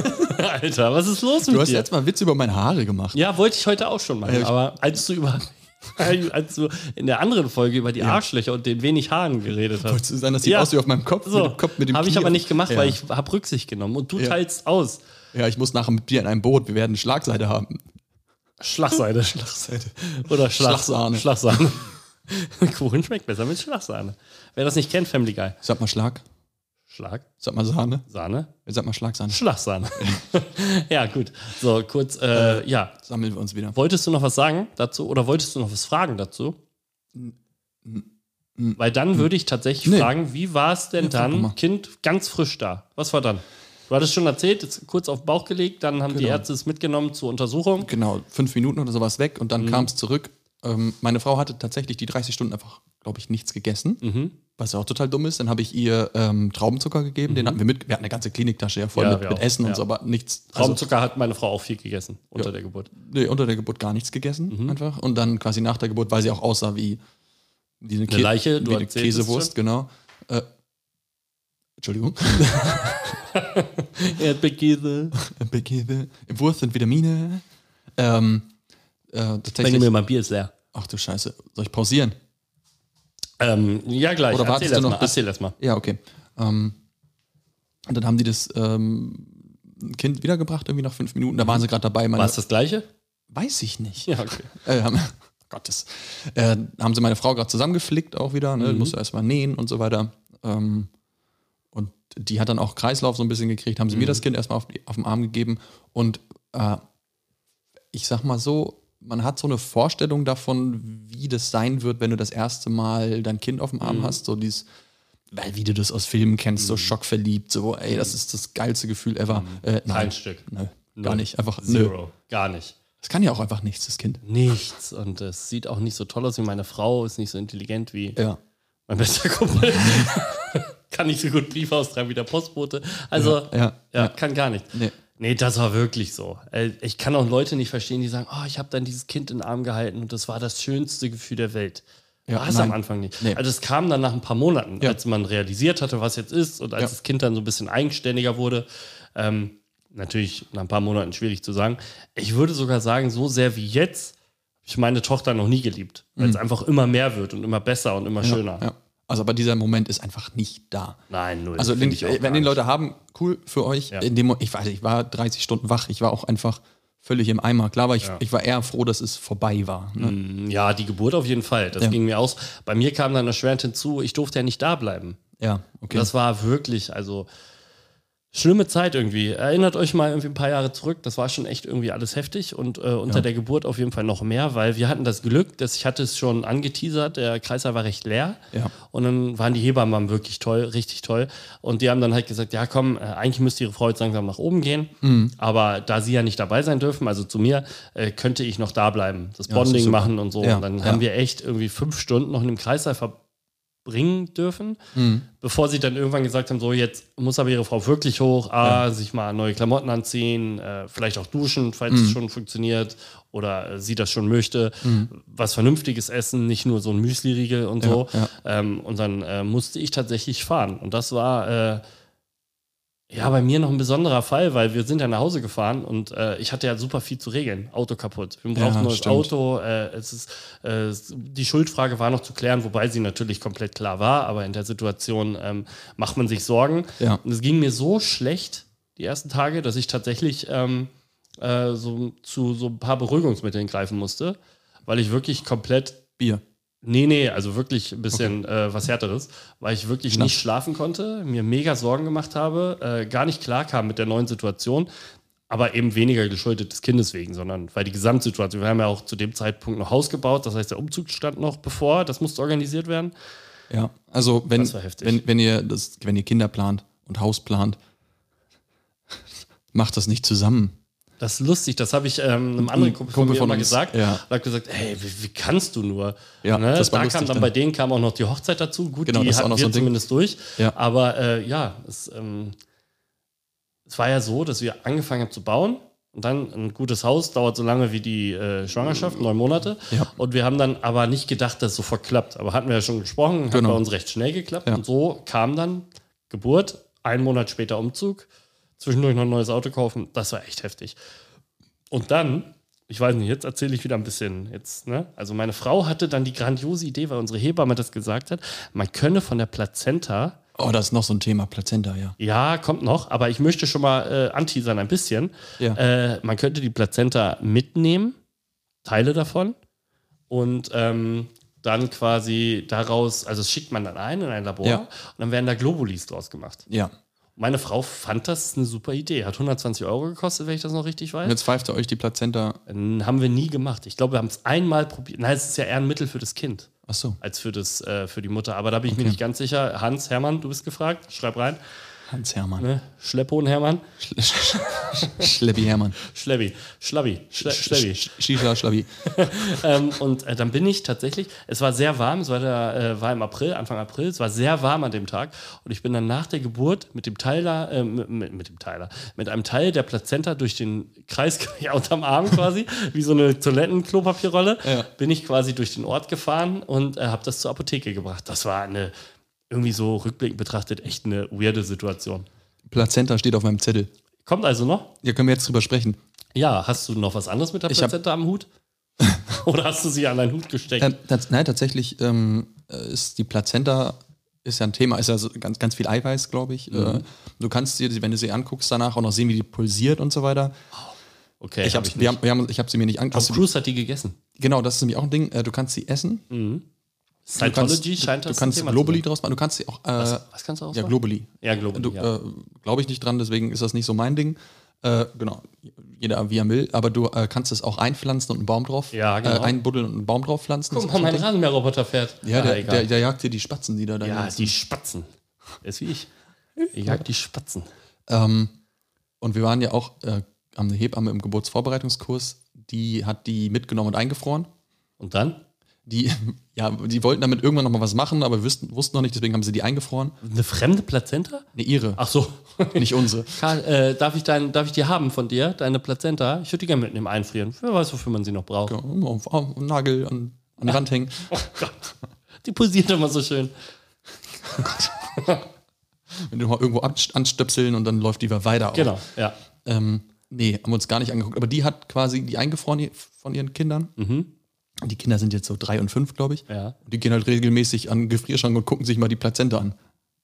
Speaker 2: Alter, was ist los
Speaker 1: du
Speaker 2: mit
Speaker 1: hast
Speaker 2: dir?
Speaker 1: jetzt mal Witze über meine Haare gemacht.
Speaker 2: ja, wollte ich heute auch schon machen,
Speaker 1: Ja, ich-
Speaker 2: aber als du über als du in der anderen Folge über die Arschlöcher und den wenig Haaren geredet hast.
Speaker 1: Wolltest du sagen, das sieht
Speaker 2: Ja.
Speaker 1: aus wie auf meinem Kopf?
Speaker 2: So,
Speaker 1: Mit dem Kopf mit dem
Speaker 2: habe ich
Speaker 1: Knie.
Speaker 2: aber nicht gemacht,
Speaker 1: ja.
Speaker 2: weil ich habe Rücksicht genommen und du
Speaker 1: Ja.
Speaker 2: teilst aus.
Speaker 1: Ja, ich muss nachher mit dir in einem Boot. Wir werden Schlagseite haben.
Speaker 2: Schlagseite. Schlagseite. Oder Schlag
Speaker 1: Schlagsahne.
Speaker 2: Schlagsahne. Kuchen schmeckt besser mit Schlagsahne. Wer das nicht kennt, Family Guy.
Speaker 1: Sag mal Schlag.
Speaker 2: Schlag,
Speaker 1: Sag mal Sahne.
Speaker 2: Sahne,
Speaker 1: Sag mal Schlagsahne.
Speaker 2: Schlagsahne. ja, gut. So, kurz, äh, ja.
Speaker 1: Sammeln wir uns wieder.
Speaker 2: Wolltest du noch was sagen dazu oder wolltest du noch was fragen dazu? Weil dann würde ich tatsächlich
Speaker 1: Nee.
Speaker 2: fragen, wie war es denn
Speaker 1: Ja, frag mal.
Speaker 2: dann, Kind ganz frisch da? Was war dann? Du hattest schon erzählt, jetzt kurz auf den Bauch gelegt, dann haben die
Speaker 1: Genau.
Speaker 2: Ärzte es mitgenommen zur Untersuchung.
Speaker 1: Genau, fünf Minuten oder sowas weg und
Speaker 2: Mhm.
Speaker 1: dann kam es zurück. Ähm, meine Frau hatte tatsächlich die 30 Stunden einfach, glaube ich, nichts gegessen,
Speaker 2: Mhm.
Speaker 1: was ja auch total dumm ist. Dann habe ich ihr ähm, Traubenzucker gegeben, den hatten wir mit. Wir hatten eine ganze Kliniktasche ja voll
Speaker 2: Mhm. Ja,
Speaker 1: mit,
Speaker 2: wir
Speaker 1: mit
Speaker 2: auch,
Speaker 1: Essen
Speaker 2: ja.
Speaker 1: und so, aber nichts. Also,
Speaker 2: Traumzucker hat meine Frau auch viel gegessen unter der Geburt.
Speaker 1: nee, unter der Geburt gar nichts gegessen
Speaker 2: Mhm.
Speaker 1: einfach. Und dann quasi nach der Geburt, weil sie auch aussah wie, wie eine, Kä-
Speaker 2: Leiche, du
Speaker 1: wie eine
Speaker 2: erzählst es
Speaker 1: Käsewurst, genau. Äh, Entschuldigung.
Speaker 2: Erdbeerkäse.
Speaker 1: Begierde. Wurst und Vitamine. Ähm, äh,
Speaker 2: Wenn
Speaker 1: tatsächlich.
Speaker 2: mir mein Bier ist leer.
Speaker 1: Ach du Scheiße, soll ich pausieren?
Speaker 2: Ähm, ja, gleich.
Speaker 1: Oder wartest
Speaker 2: erzähl
Speaker 1: du
Speaker 2: erst
Speaker 1: noch
Speaker 2: mal,
Speaker 1: bis-
Speaker 2: erzähl erst mal.
Speaker 1: Ja, okay. Ähm, und dann haben die das ähm, Kind wiedergebracht, irgendwie nach fünf Minuten. Da waren sie gerade dabei. Meine,
Speaker 2: War es das gleiche?
Speaker 1: Weiß ich nicht.
Speaker 2: Ja, okay.
Speaker 1: Äh, haben, Gottes. Äh, haben sie meine Frau gerade zusammengeflickt auch wieder. Ne? Mhm. Musste erstmal nähen und so weiter. Ähm, und die hat dann auch Kreislauf so ein bisschen gekriegt. Haben sie
Speaker 2: Mhm.
Speaker 1: mir das Kind erstmal auf, die- auf den Arm gegeben. Und äh, ich sag mal so, man hat so eine Vorstellung davon, wie das sein wird, wenn du das erste Mal dein Kind auf dem
Speaker 2: Mhm.
Speaker 1: Arm hast. So dieses, weil wie du das aus Filmen kennst, so schockverliebt. So, ey, das ist das geilste Gefühl ever. Äh, nein,
Speaker 2: Kein Stück.
Speaker 1: nö, gar
Speaker 2: Mhm. Null.
Speaker 1: nicht. Einfach nö.
Speaker 2: Zero. Gar nicht.
Speaker 1: Das kann ja auch einfach nichts, das Kind.
Speaker 2: Nichts. Und es sieht auch nicht so toll aus wie meine Frau, ist nicht so intelligent wie
Speaker 1: Ja.
Speaker 2: mein bester Kumpel. kann nicht so gut Brief austragen wie der Postbote. Also, ja,
Speaker 1: Ja.
Speaker 2: kann gar nicht.
Speaker 1: Nee.
Speaker 2: Nee, das war wirklich so. Äh, Ich kann auch Leute nicht verstehen, die sagen, oh, ich habe dann dieses Kind in den Arm gehalten und das war das schönste Gefühl der Welt.
Speaker 1: Ja,
Speaker 2: war es
Speaker 1: nein.
Speaker 2: am Anfang nicht.
Speaker 1: Nee.
Speaker 2: Also es kam dann nach ein paar Monaten,
Speaker 1: Ja.
Speaker 2: als man realisiert hatte, was jetzt ist und als
Speaker 1: Ja.
Speaker 2: das Kind dann so ein bisschen eigenständiger wurde. Ähm, natürlich nach ein paar Monaten schwierig zu sagen. Ich würde sogar sagen, so sehr wie jetzt habe ich meine Tochter noch nie geliebt, weil es einfach immer mehr wird und immer besser und immer schöner.
Speaker 1: Mhm. Ja. Also, aber dieser Moment ist einfach nicht da.
Speaker 2: Nein, null.
Speaker 1: Also,
Speaker 2: Find
Speaker 1: den,
Speaker 2: ich auch gar
Speaker 1: wenn den
Speaker 2: nicht.
Speaker 1: Leute haben, cool für euch.
Speaker 2: Ja.
Speaker 1: In dem, Mo- ich, weiß, ich war 30 Stunden wach. Ich war auch einfach völlig im Eimer. Klar, war ich,
Speaker 2: Ja.
Speaker 1: ich war eher froh, dass es vorbei war. Ne?
Speaker 2: Mm, Ja, die Geburt auf jeden Fall. Das
Speaker 1: Ja.
Speaker 2: ging mir aus. Bei mir kam dann erschwerend hinzu, ich durfte ja nicht da bleiben.
Speaker 1: Ja, okay.
Speaker 2: Das war wirklich, also schlimme Zeit irgendwie. Erinnert euch mal irgendwie ein paar Jahre zurück, das war schon echt irgendwie alles heftig und äh, unter
Speaker 1: Ja.
Speaker 2: der Geburt auf jeden Fall noch mehr, weil wir hatten das Glück, dass ich hatte es schon angeteasert, der Kreislauf war recht leer
Speaker 1: Ja.
Speaker 2: und dann waren die Hebammen wirklich toll, richtig toll und die haben dann halt gesagt, ja komm, äh, eigentlich müsste ihre Frau jetzt langsam nach oben gehen,
Speaker 1: Mhm.
Speaker 2: aber da sie ja nicht dabei sein dürfen, also zu mir, äh, könnte ich noch da bleiben, das
Speaker 1: das ist
Speaker 2: Bonding
Speaker 1: super.
Speaker 2: machen und so
Speaker 1: Ja,
Speaker 2: und dann
Speaker 1: ja.
Speaker 2: haben wir echt irgendwie fünf Stunden noch in dem Kreislauf ver bringen dürfen,
Speaker 1: Mhm.
Speaker 2: bevor sie dann irgendwann gesagt haben, so jetzt muss aber ihre Frau wirklich hoch, ah, sich mal neue Klamotten anziehen, äh, vielleicht auch duschen, falls
Speaker 1: Mhm.
Speaker 2: es schon funktioniert oder äh, sie das schon möchte, was Vernünftiges essen, nicht nur so ein Müsli-Riegel und so.
Speaker 1: Mhm. Ja, ja.
Speaker 2: Ähm, und dann äh, musste ich tatsächlich fahren und das war äh, ja, bei mir noch ein besonderer Fall, weil wir sind ja nach Hause gefahren und äh, ich hatte ja super viel zu regeln. Auto kaputt. Wir brauchen
Speaker 1: Ja,
Speaker 2: ein neues
Speaker 1: stimmt.
Speaker 2: Auto. Äh, es ist, äh, es- die Schuldfrage war noch zu klären, wobei sie natürlich komplett klar war, aber in der Situation ähm, macht man sich Sorgen.
Speaker 1: Ja.
Speaker 2: Und es ging mir so schlecht die ersten Tage, dass ich tatsächlich ähm, äh, so, zu so ein paar Beruhigungsmitteln greifen musste, weil ich wirklich komplett
Speaker 1: Bier.
Speaker 2: Nee, nee, also wirklich ein bisschen äh, was Härteres, weil ich wirklich
Speaker 1: Schnaps.
Speaker 2: nicht schlafen konnte, mir mega Sorgen gemacht habe, äh, gar nicht klar kam mit der neuen Situation, aber eben weniger geschuldet des Kindes wegen, sondern weil die Gesamtsituation, wir haben ja auch zu dem Zeitpunkt noch Haus gebaut, das heißt, der Umzug stand noch bevor, das musste organisiert werden.
Speaker 1: Ja. Also wenn,
Speaker 2: Das war heftig.
Speaker 1: wenn, wenn ihr das, wenn ihr Kinder plant und Haus plant, macht das nicht zusammen.
Speaker 2: Das ist lustig, das habe ich ähm, einem anderen Kumpel von
Speaker 1: Kumpel
Speaker 2: mir
Speaker 1: von
Speaker 2: immer
Speaker 1: uns,
Speaker 2: gesagt.
Speaker 1: ja.
Speaker 2: Und habe gesagt, hey, wie, wie kannst du nur?
Speaker 1: Ja,
Speaker 2: ne?
Speaker 1: das war
Speaker 2: da
Speaker 1: lustig
Speaker 2: kam dann,
Speaker 1: dann.
Speaker 2: bei denen kam auch noch die Hochzeit dazu. Gut,
Speaker 1: Genau,
Speaker 2: die
Speaker 1: das ist auch
Speaker 2: hatten
Speaker 1: noch
Speaker 2: wir
Speaker 1: so ein Ding.
Speaker 2: zumindest durch.
Speaker 1: Ja.
Speaker 2: Aber äh, ja, es, ähm, es war ja so, dass wir angefangen haben zu bauen. Und dann ein gutes Haus dauert so lange wie die äh, Schwangerschaft, neun Monate.
Speaker 1: Ja.
Speaker 2: Und wir haben dann aber nicht gedacht, dass es sofort klappt. Aber hatten wir ja schon gesprochen, hat
Speaker 1: Genau.
Speaker 2: bei uns recht schnell geklappt.
Speaker 1: Ja.
Speaker 2: Und so kam dann Geburt, einen Monat später Umzug, zwischendurch noch ein neues Auto kaufen. Das war echt heftig. Und dann, ich weiß nicht, jetzt erzähle ich wieder ein bisschen. Jetzt, ne? Also meine Frau hatte dann die grandiose Idee, weil unsere Hebamme das gesagt hat, man könne von der Plazenta,
Speaker 1: Oh, das ist noch so ein Thema, Plazenta, ja.
Speaker 2: ja, kommt noch, aber ich möchte schon mal äh, anteasern ein bisschen.
Speaker 1: Ja.
Speaker 2: Äh, man könnte die Plazenta mitnehmen, Teile davon, und ähm, dann quasi daraus, also das schickt man dann ein in ein Labor
Speaker 1: Ja.
Speaker 2: und dann werden da Globulis draus gemacht.
Speaker 1: Ja.
Speaker 2: Meine Frau fand das eine super Idee. Hat 120 Euro gekostet, wenn ich das noch richtig weiß.
Speaker 1: Und jetzt pfeift ihr euch die Plazenta.
Speaker 2: Ähm, haben wir nie gemacht. Ich glaube, wir haben es einmal probiert. Nein, es ist ja eher ein Mittel für das Kind
Speaker 1: Ach so.
Speaker 2: als für, das, äh, für die Mutter. Aber da bin ich mir nicht ganz sicher. Hans, Hermann, du bist gefragt. Schreib rein.
Speaker 1: Hans Hermann.
Speaker 2: Ne? Schlepphohn, Hermann.
Speaker 1: Sch- Sch- Schleppi Hermann.
Speaker 2: Schlebbi. Schlabbi. Schle Schlebbi.
Speaker 1: Sch- Sch- Shisha Schlappi.
Speaker 2: ähm, und äh, dann bin ich tatsächlich, es war sehr warm, es war, der, äh, war im April, Anfang April, es war sehr warm an dem Tag und ich bin dann nach der Geburt mit dem Teiler, äh, mit, mit mit dem Teiler, mit einem Teil der Plazenta durch den Kreis, ja, unterm Arm quasi, wie so eine Toilettenkopapierrolle,
Speaker 1: Ja.
Speaker 2: bin ich quasi durch den Ort gefahren und äh, habe das zur Apotheke gebracht. Das war eine, irgendwie so rückblickend betrachtet, echt eine weirde Situation.
Speaker 1: Plazenta steht auf meinem Zettel.
Speaker 2: Kommt also noch?
Speaker 1: Ja, können wir jetzt drüber sprechen.
Speaker 2: Ja, hast du noch was anderes mit der
Speaker 1: Ich hab-
Speaker 2: Plazenta am Hut? Oder hast du sie an deinen Hut gesteckt?
Speaker 1: Tats- tats- nein, tatsächlich ähm, äh, ist die Plazenta ist ja ein Thema, ist ja so ganz, ganz viel Eiweiß, glaube
Speaker 2: Mhm.
Speaker 1: ich. Äh, du kannst dir, wenn du sie anguckst, danach auch noch sehen, wie die pulsiert und so weiter.
Speaker 2: Okay,
Speaker 1: Ich
Speaker 2: hab
Speaker 1: habe wir haben, wir haben, ich hab sie mir nicht
Speaker 2: Tom
Speaker 1: angeguckt.
Speaker 2: Cruise hat die gegessen.
Speaker 1: Genau, das ist nämlich auch ein Ding. Äh, du kannst sie essen. Du kannst,
Speaker 2: Scientology scheint
Speaker 1: du,
Speaker 2: das
Speaker 1: du kannst
Speaker 2: ein Thema
Speaker 1: Globuli draus machen. Du kannst sie auch. Äh,
Speaker 2: zu sein. Was, was kannst du auch
Speaker 1: ja,
Speaker 2: sagen?
Speaker 1: Globuli.
Speaker 2: Ja, Globuli,
Speaker 1: Du,
Speaker 2: ja.
Speaker 1: äh, Glaube ich nicht dran, deswegen ist das nicht so mein Ding. Äh, genau, jeder wie er will, aber du äh, kannst es auch einpflanzen und einen Baum drauf,
Speaker 2: Ja, genau.
Speaker 1: äh, einbuddeln und einen Baum drauf pflanzen.
Speaker 2: Guck
Speaker 1: Das
Speaker 2: mal,
Speaker 1: ist
Speaker 2: mein
Speaker 1: ein Ding.
Speaker 2: Rasenmäherroboter fährt. Ah,
Speaker 1: ja, der,
Speaker 2: egal.
Speaker 1: der, der jagt dir die Spatzen, die da da
Speaker 2: ja,
Speaker 1: sitzen.
Speaker 2: die Spatzen. Ist wie ich. Ich jag die Spatzen.
Speaker 1: Ähm, und wir waren ja auch äh, am Hebamme im Geburtsvorbereitungskurs, die hat die mitgenommen und eingefroren.
Speaker 2: Und dann?
Speaker 1: Die, ja, die wollten damit irgendwann nochmal was machen, aber wüssten, wussten noch nicht, deswegen haben sie die eingefroren.
Speaker 2: Eine fremde Plazenta?
Speaker 1: Ne, ihre,
Speaker 2: Ach so.
Speaker 1: nicht unsere.
Speaker 2: Karl, äh, darf, ich dein, darf ich die haben von dir, deine Plazenta? Ich würde die gerne mitnehmen, einfrieren. Wer weiß, wofür man sie noch braucht.
Speaker 1: Ja, Auf, auf den Nagel, an, an den Rand hängen.
Speaker 2: Oh Gott. Die posiert immer so schön.
Speaker 1: Wenn du mal irgendwo anst- anstöpseln und dann läuft die weiter. auf.
Speaker 2: Genau, ja.
Speaker 1: Ähm, nee, haben wir uns gar nicht angeguckt. Aber die hat quasi die eingefroren i- von ihren Kindern. Die Kinder sind jetzt so drei und fünf, glaube ich.
Speaker 2: Mhm. Ja.
Speaker 1: Und die gehen halt regelmäßig an den Gefrierschrank und gucken sich mal die Plazenta an.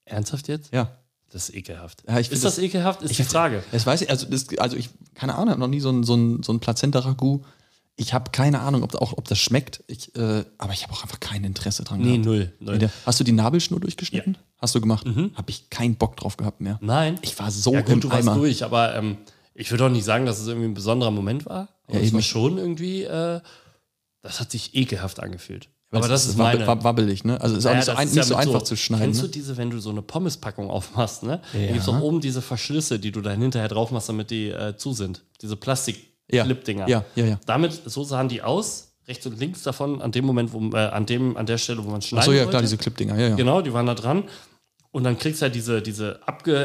Speaker 2: Ernsthaft jetzt?
Speaker 1: Ja.
Speaker 2: Das ist ekelhaft.
Speaker 1: Ja, ich find
Speaker 2: ist das, ekelhaft? Ist die Frage.
Speaker 1: Das weiß ich, also, das, also ich, keine Ahnung, hab noch nie so ein, so ein, so ein Plazenta-Ragout. Ich habe keine Ahnung, ob, auch, ob das schmeckt. Ich, äh, aber ich habe auch einfach kein Interesse dran
Speaker 2: Nee,
Speaker 1: gehabt.
Speaker 2: null. null.
Speaker 1: Der- Hast du die Nabelschnur durchgeschnitten? Hast du gemacht? Habe ich keinen Bock drauf gehabt mehr.
Speaker 2: Nein.
Speaker 1: Ich war so
Speaker 2: ja, gut,
Speaker 1: im
Speaker 2: du warst
Speaker 1: Eimer.
Speaker 2: durch, aber ähm, ich würde auch nicht sagen, dass es irgendwie ein besonderer Moment war. Aber
Speaker 1: Ja,
Speaker 2: es
Speaker 1: eben.
Speaker 2: war schon irgendwie, äh, das hat sich ekelhaft angefühlt.
Speaker 1: Weil
Speaker 2: Aber
Speaker 1: es-
Speaker 2: das
Speaker 1: es
Speaker 2: ist
Speaker 1: war-
Speaker 2: meine.
Speaker 1: war wabbelig, ne? Also es ist auch
Speaker 2: Ja,
Speaker 1: nicht so,
Speaker 2: das
Speaker 1: ein,
Speaker 2: ist
Speaker 1: nicht
Speaker 2: ja
Speaker 1: so
Speaker 2: mit
Speaker 1: einfach zu schneiden.
Speaker 2: Kennst du
Speaker 1: Ne?
Speaker 2: diese, wenn du so eine Pommespackung aufmachst, ne? Ja.
Speaker 1: Ja.
Speaker 2: Da gibt es auch oben diese Verschlüsse, die du dann hinterher drauf machst, damit die äh, zu sind. Diese plastik
Speaker 1: Ja.
Speaker 2: clip dinger
Speaker 1: Ja, ja, ja.
Speaker 2: Damit, so sahen die aus, rechts und links davon, an dem Moment, wo, äh, an, dem, an der Stelle, wo man schneiden
Speaker 1: Achso, ja,
Speaker 2: wollte.
Speaker 1: klar, diese Clip-Dinger, ja, ja.
Speaker 2: Genau, die waren da dran. Und dann kriegst du halt diese, diese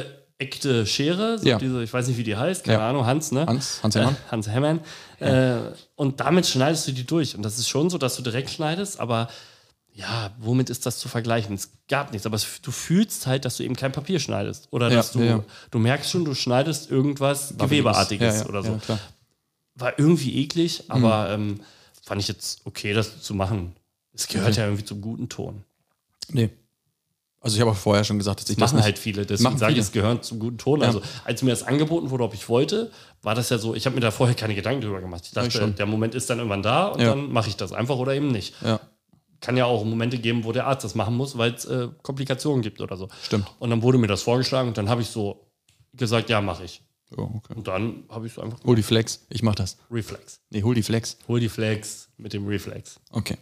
Speaker 2: abgeeckte Schere, so
Speaker 1: Ja.
Speaker 2: diese, ich weiß nicht, wie die heißt, keine
Speaker 1: Ja.
Speaker 2: Ahnung, Hans, ne?
Speaker 1: Hans, Hans
Speaker 2: Äh,
Speaker 1: Hermann.
Speaker 2: Hans Hemmann. Äh, und damit schneidest du die durch. Und das ist schon so, dass du direkt schneidest, aber ja, womit ist das zu vergleichen? Es gab nichts, aber es, du fühlst halt, dass du eben kein Papier schneidest. Oder
Speaker 1: Ja,
Speaker 2: dass du,
Speaker 1: ja, ja.
Speaker 2: du merkst schon, du schneidest irgendwas Gewebeartiges
Speaker 1: Ja, ja,
Speaker 2: oder so.
Speaker 1: Ja, Mhm. klar.
Speaker 2: War irgendwie eklig, aber ähm, fand ich jetzt okay, das zu machen. Es gehört
Speaker 1: Okay.
Speaker 2: ja irgendwie zum guten Ton.
Speaker 1: Nee. Also ich habe auch vorher schon gesagt, dass ich
Speaker 2: Das
Speaker 1: das
Speaker 2: machen
Speaker 1: nicht...
Speaker 2: halt viele, deswegen
Speaker 1: machen
Speaker 2: sage ich,
Speaker 1: viele.
Speaker 2: es gehört zum guten Ton. Also, als mir das angeboten wurde, ob ich wollte, war das ja so, ich habe mir da vorher keine Gedanken drüber gemacht. Ich dachte,
Speaker 1: Ich schon.
Speaker 2: der Moment ist dann irgendwann da und
Speaker 1: Ja.
Speaker 2: dann mache ich das einfach oder eben nicht.
Speaker 1: Ja,
Speaker 2: Kann ja auch Momente geben, wo der Arzt das machen muss, weil es äh, Komplikationen gibt oder so.
Speaker 1: stimmt.
Speaker 2: Und dann wurde mir das vorgeschlagen und dann habe ich so gesagt, ja, mache ich.
Speaker 1: Oh, okay.
Speaker 2: Und dann habe ich so einfach
Speaker 1: Hol die Flex, ich mach das.
Speaker 2: Reflex.
Speaker 1: Nee, hol die Flex.
Speaker 2: Hol die Flex mit dem Reflex.
Speaker 1: Okay.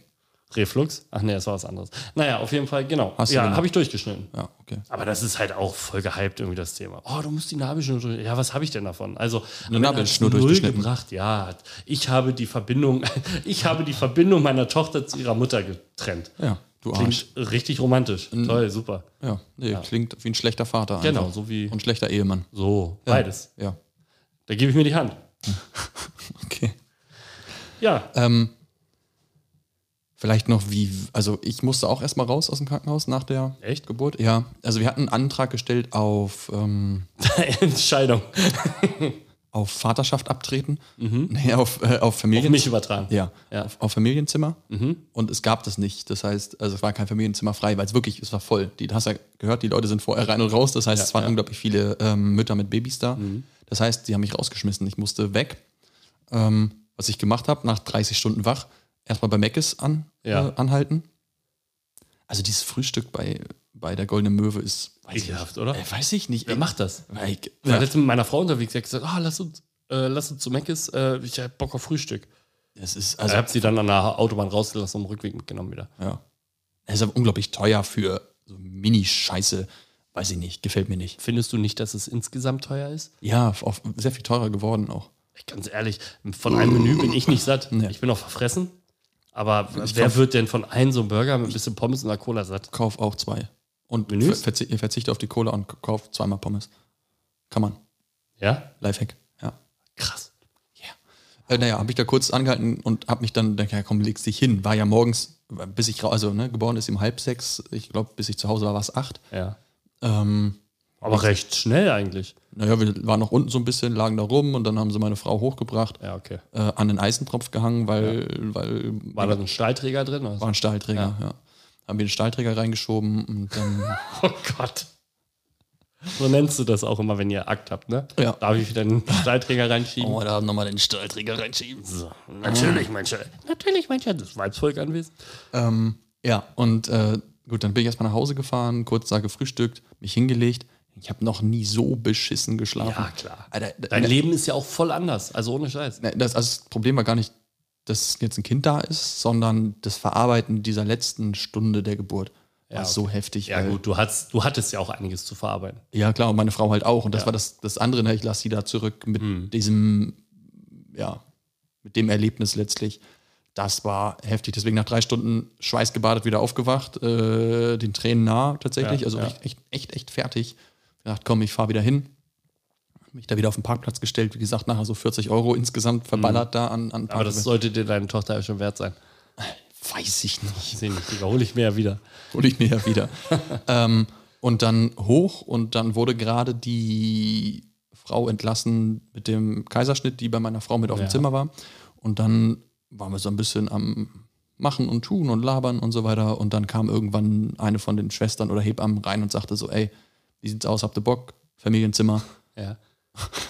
Speaker 2: Reflux? Ach nee, das war was anderes. Naja, auf jeden Fall, genau.
Speaker 1: Hast du
Speaker 2: ja,
Speaker 1: gemacht.
Speaker 2: habe ich durchgeschnitten.
Speaker 1: Ja, okay.
Speaker 2: Aber das ist halt auch voll gehypt, irgendwie das Thema. Oh, du musst die Nabelschnur durch. Ja, was habe ich denn davon? Also, am Ende
Speaker 1: Nabelschnur
Speaker 2: hat's null
Speaker 1: durchgeschnitten.
Speaker 2: gebracht. Ja, ich habe die Verbindung, ich habe die Verbindung meiner Tochter zu ihrer Mutter getrennt.
Speaker 1: Ja, du Arsch.
Speaker 2: Klingt richtig romantisch. Toll, super.
Speaker 1: Ja, nee, klingt wie ein schlechter Vater. Einfach.
Speaker 2: Genau, so wie
Speaker 1: Und schlechter Ehemann.
Speaker 2: so.
Speaker 1: Ja.
Speaker 2: Beides.
Speaker 1: Ja,
Speaker 2: Da gebe ich mir die Hand.
Speaker 1: okay.
Speaker 2: Ja,
Speaker 1: Ähm, vielleicht noch wie, also ich musste auch erstmal raus aus dem Krankenhaus nach der
Speaker 2: Echt?
Speaker 1: Geburt. Ja, also wir hatten einen Antrag gestellt auf, ähm,
Speaker 2: Entscheidung.
Speaker 1: auf Vaterschaft abtreten. Nee, auf, äh, auf
Speaker 2: Auf
Speaker 1: Familien.
Speaker 2: mich übertragen.
Speaker 1: ja,
Speaker 2: Ja. Mhm.
Speaker 1: Auf, auf Familienzimmer. Und es gab das nicht. Das heißt, also es war kein Familienzimmer frei, weil es wirklich, es war voll. Die du hast ja gehört, die Leute sind vorher rein und raus. Das heißt, es waren unglaublich viele ähm, Mütter mit Babys da.
Speaker 2: Mhm.
Speaker 1: Das heißt, die haben mich rausgeschmissen. Ich musste weg. Ähm, was ich gemacht habe, nach 30 Stunden wach, erstmal bei Meckes an,
Speaker 2: Ja.
Speaker 1: äh, anhalten. Also dieses Frühstück bei, bei der Goldenen Möwe ist, weiß ich,
Speaker 2: Ekelhaft, oder?
Speaker 1: äh, weiß ich nicht.
Speaker 2: Wer macht das?
Speaker 1: Weil ich,
Speaker 2: Ich war letztens mit meiner Frau unterwegs, die hat gesagt, ah, lass uns, äh, lass uns zu Meckes, äh, ich hab Bock auf Frühstück.
Speaker 1: das ist
Speaker 2: Also,
Speaker 1: also,
Speaker 2: ich habe sie dann an der Autobahn rausgelassen und am Rückweg mitgenommen wieder.
Speaker 1: ja. Es ist aber unglaublich teuer für so Mini-Scheiße. Weiß ich nicht, gefällt mir nicht.
Speaker 2: Findest du nicht, dass es insgesamt teuer ist?
Speaker 1: Ja, auf, sehr viel teurer geworden auch.
Speaker 2: Ich, ganz ehrlich, von einem Menü bin ich nicht satt.
Speaker 1: Nee.
Speaker 2: Ich bin auch verfressen. Aber wer
Speaker 1: kauf-
Speaker 2: wird denn von einem so einem Burger mit ein bisschen Pommes und einer Cola satt?
Speaker 1: Kauf auch zwei. Und
Speaker 2: Menüs?
Speaker 1: ver- verzi verzichte auf die Cola und k- kauf zweimal Pommes. Kann man.
Speaker 2: Ja?
Speaker 1: Lifehack. Ja.
Speaker 2: Krass.
Speaker 1: Äh, naja, habe ich da kurz angehalten und habe mich dann gedacht, ja komm, legst dich hin. War ja morgens, bis ich, ra- also ne, geboren ist um halb sechs. Ich glaube, bis ich zu Hause war, war es acht.
Speaker 2: Ja.
Speaker 1: Ähm,
Speaker 2: Aber recht schnell eigentlich.
Speaker 1: naja, wir waren noch unten so ein bisschen, lagen da rum und dann haben sie meine Frau hochgebracht,
Speaker 2: Ja, okay.
Speaker 1: äh, an den Eisentropf gehangen, weil, weil
Speaker 2: War da so ein Stahlträger drin? Oder?
Speaker 1: war ein Stahlträger, ja. Haben wir den Stahlträger reingeschoben und dann
Speaker 2: Oh Gott. So nennst du das auch immer, wenn ihr Akt habt, ne?
Speaker 1: Ja.
Speaker 2: Darf ich wieder einen Stahlträger reinschieben?
Speaker 1: da nochmal den Stahlträger reinschieben.
Speaker 2: Oh. So, ne? natürlich, mein Schatz. Natürlich, mein Schatz. Das Weibsvolk anwesend.
Speaker 1: Ähm, ja, und äh, gut, dann bin ich erstmal nach Hause gefahren, kurz da gefrühstückt, mich hingelegt. Ich habe noch nie so beschissen geschlafen.
Speaker 2: Ja, klar.
Speaker 1: Alter, d-
Speaker 2: Dein
Speaker 1: ne,
Speaker 2: Leben ist ja auch voll anders. Also ohne Scheiß.
Speaker 1: ne, das, also das Problem war gar nicht, dass jetzt ein Kind da ist, sondern das Verarbeiten dieser letzten Stunde der Geburt war
Speaker 2: okay.
Speaker 1: so heftig.
Speaker 2: Ja,
Speaker 1: weil-
Speaker 2: gut, du, hast, du hattest ja auch einiges zu verarbeiten.
Speaker 1: Ja, klar, und meine Frau halt auch. Und das
Speaker 2: Ja. Hm.
Speaker 1: war das, das andere, ne? ich lasse sie da zurück mit diesem, ja, mit dem Erlebnis letztlich. Das war heftig. Deswegen nach drei Stunden schweißgebadet wieder aufgewacht, äh, den Tränen nah tatsächlich.
Speaker 2: Ja,
Speaker 1: also
Speaker 2: ja.
Speaker 1: Echt, echt, echt, echt fertig. Ich dachte, komm, ich fahre wieder hin. Mich da wieder auf den Parkplatz gestellt. Wie gesagt, nachher so 40 Euro insgesamt verballert da an, an
Speaker 2: Hm. Aber das
Speaker 1: Parkplatz.
Speaker 2: sollte dir deine Tochter ja schon wert sein.
Speaker 1: Weiß ich nicht.
Speaker 2: Ich sehe nicht, Digga, hole ich mir ja wieder.
Speaker 1: hole ich mir ja wieder. ähm, und dann hoch und dann wurde gerade die Frau entlassen mit dem Kaiserschnitt, die bei meiner Frau mit auf dem
Speaker 2: Ja.
Speaker 1: Zimmer war. Und dann waren wir so ein bisschen am Machen und Tun und Labern und so weiter. Und dann kam irgendwann eine von den Schwestern oder Hebammen rein und sagte so, ey, wie sieht's aus, habt ihr Bock? Familienzimmer.
Speaker 2: Ja.